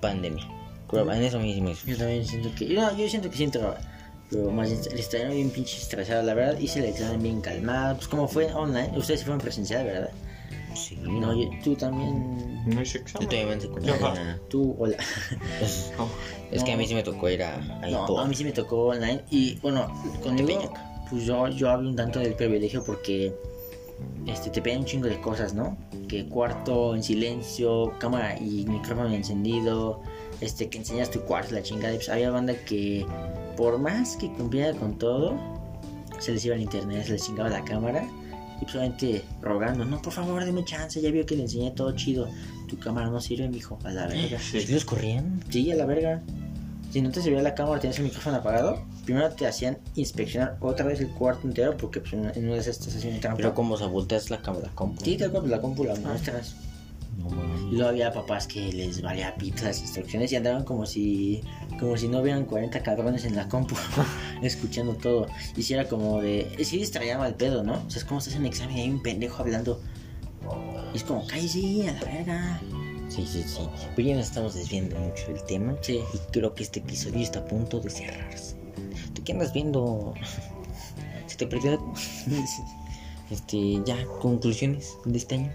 Speaker 1: pandemia. Creo- En eso mismo.
Speaker 2: Yo también siento que. No, yo siento que sí entraba. Pero más bien, el extraño bien pinche estresado, la verdad. Hice el examen bien calmado. Pues como fue online, ustedes sí fueron presencial, ¿verdad?
Speaker 1: Sí,
Speaker 2: No, yo- tú también.
Speaker 3: No hice
Speaker 1: Yo
Speaker 3: examen.
Speaker 1: también en secundaria.
Speaker 2: Tú, hola.
Speaker 1: Es,
Speaker 3: No.
Speaker 1: es que a mí sí me tocó ir a, a
Speaker 2: No,
Speaker 1: Ipo.
Speaker 2: a mí sí me tocó online. Y bueno, conmigo,
Speaker 1: Tepeyac.
Speaker 2: pues yo, yo hablo un tanto del privilegio porque este, te piden un chingo de cosas, ¿no? Que cuarto en silencio, cámara y micrófono encendido, este, que enseñas tu cuarto, la chingada. Y, Pues había banda que, por más que cumpliera con todo, se les iba el internet, se les chingaba la cámara. Y pues obviamente rogando, no, por favor, deme chance, ya vio que le enseñé todo chido. Tu cámara no sirve, mijo, a la verga.
Speaker 1: ¿Sí
Speaker 3: Sí.
Speaker 1: los corrían?
Speaker 2: Sí, a la verga. Si no te servía la cámara, tenías el micrófono apagado. Primero te hacían inspeccionar otra vez el cuarto entero porque pues, en en una de esas estás haciendo trampa.
Speaker 1: Pero Ah. como se volteas la cámara, compu.
Speaker 2: Sí, tal cual, pues, la compu la muestras.
Speaker 1: No
Speaker 2: Y
Speaker 1: mames.
Speaker 2: luego había papás que les valía pito las instrucciones y andaban como si como si no hubieran 40 cabrones en la compu escuchando todo. Y si era como de. eh, Sí, distraía el pedo, ¿no? O sea, es como estás en examen y hay un pendejo hablando. Y es como, cállese, a la verga.
Speaker 1: Sí, sí, sí. Pero ya nos estamos desviando mucho del tema.
Speaker 2: Sí.
Speaker 1: Y creo que este episodio está a punto de cerrarse. ¿Tú qué andas viendo? ¿Se te perdió algo? Este, ya, conclusiones de este año.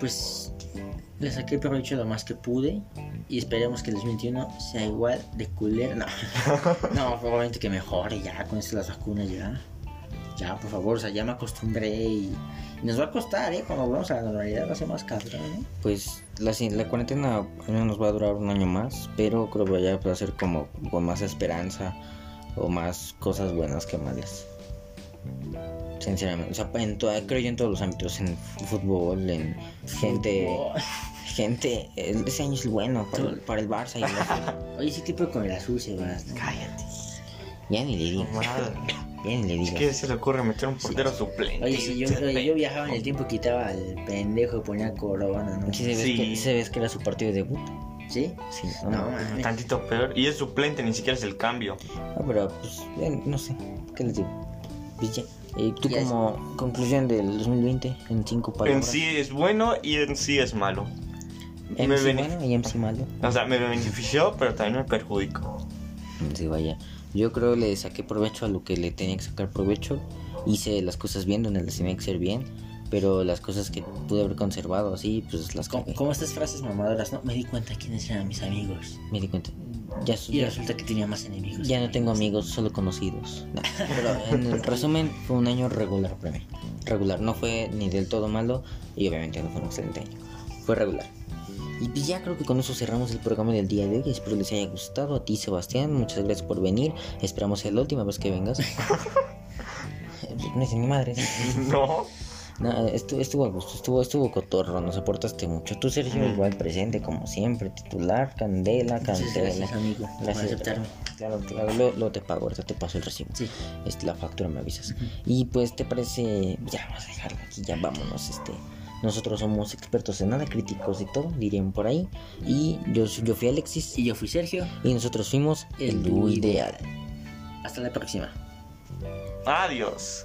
Speaker 2: pues le saqué provecho lo más que pude y esperemos que el 2021 sea igual de culero. No, no probablemente que mejore ya con esto de las vacunas ya. Ya, por favor, o sea, ya me acostumbré y, y nos va a costar, ¿eh? Cuando volvamos a la normalidad va a ser más cabrón, ¿eh?
Speaker 1: Pues la, ci- la cuarentena al menos nos va a durar un año más, pero creo que ya va a ser como con más esperanza o más cosas buenas que malas. Sinceramente, o sea, en toda- creo yo en todos los ámbitos, en fútbol, en gente, gente, el- ese año es bueno para, el- para el Barça y el-
Speaker 2: Oye, ese tipo con el azul se va, ¿no?
Speaker 3: Cállate.
Speaker 1: ya ni le digo,
Speaker 3: Madre.
Speaker 1: ya ni le
Speaker 3: Es
Speaker 1: digo.
Speaker 3: que se le ocurre meter un portero suplente.
Speaker 2: Oye, si yo, oye, yo viajaba en el tiempo y quitaba al pendejo y ponía corona, ¿no?
Speaker 1: ¿Sí se ves
Speaker 3: Sí.
Speaker 1: que, se ves que era su partido de debut?
Speaker 2: ¿Sí?
Speaker 1: Sí, no,
Speaker 2: No, mames.
Speaker 3: Tantito peor. Y es suplente, ni siquiera es el cambio.
Speaker 1: Ah, pero pues, eh, no sé, ¿qué les digo? Pues ya. Eh, tú
Speaker 2: Ya es-
Speaker 1: como conclusión del 2020 en cinco
Speaker 3: En
Speaker 1: palabras.
Speaker 3: sí es bueno y en sí es malo.
Speaker 1: MC
Speaker 3: Me bene-
Speaker 1: bueno y MC malo.
Speaker 3: O sea, me benefició, pero también me perjudicó.
Speaker 1: Mm, Sí, vaya. Yo creo que le saqué provecho a lo que le tenía que sacar provecho. Hice las cosas bien donde las tenía que ser bien. Pero las cosas que pude haber conservado así, pues las
Speaker 2: Como,
Speaker 1: cagué.
Speaker 2: como estas frases mamadoras, ¿no? Me di cuenta quiénes eran mis amigos.
Speaker 1: Me di cuenta. Ya, su-
Speaker 2: Y
Speaker 1: ya,
Speaker 2: resulta que tenía más enemigos.
Speaker 1: ya no tengo amigos, solo conocidos. Nah, Pero en el resumen, fue un año regular para mí. Regular, no fue ni del todo malo. Y obviamente no fue un excelente año. Fue regular. Y pues ya creo que con eso cerramos el programa del día de hoy. Espero les haya gustado. A ti, Sebastián, muchas gracias por venir. Esperamos sea la última vez que vengas. Eh, No es mi madre.
Speaker 3: No.
Speaker 1: No, estuvo, estuvo a gusto, estuvo, estuvo cotorro, nos aportaste mucho. Tú, Sergio,
Speaker 3: Mm.
Speaker 1: igual presente, como siempre, titular, candela,
Speaker 2: Muchas
Speaker 1: candela.
Speaker 2: gracias, amigo, por
Speaker 1: Gracias.
Speaker 2: aceptarme.
Speaker 1: Claro, claro, lo, lo te pago, ahorita te paso el recibo.
Speaker 2: Sí.
Speaker 1: Este, la factura me avisas.
Speaker 2: Ujú.
Speaker 1: Y pues te parece, ya vamos a dejarlo aquí, ya vámonos, este. Nosotros somos expertos en nada, críticos y todo, dirían por ahí. Y yo, soy- yo fui Alexis
Speaker 2: Y yo fui Sergio.
Speaker 1: y nosotros fuimos el
Speaker 2: El
Speaker 1: dúo
Speaker 2: dúo
Speaker 1: ideal.
Speaker 2: Hasta la próxima.
Speaker 3: Adiós.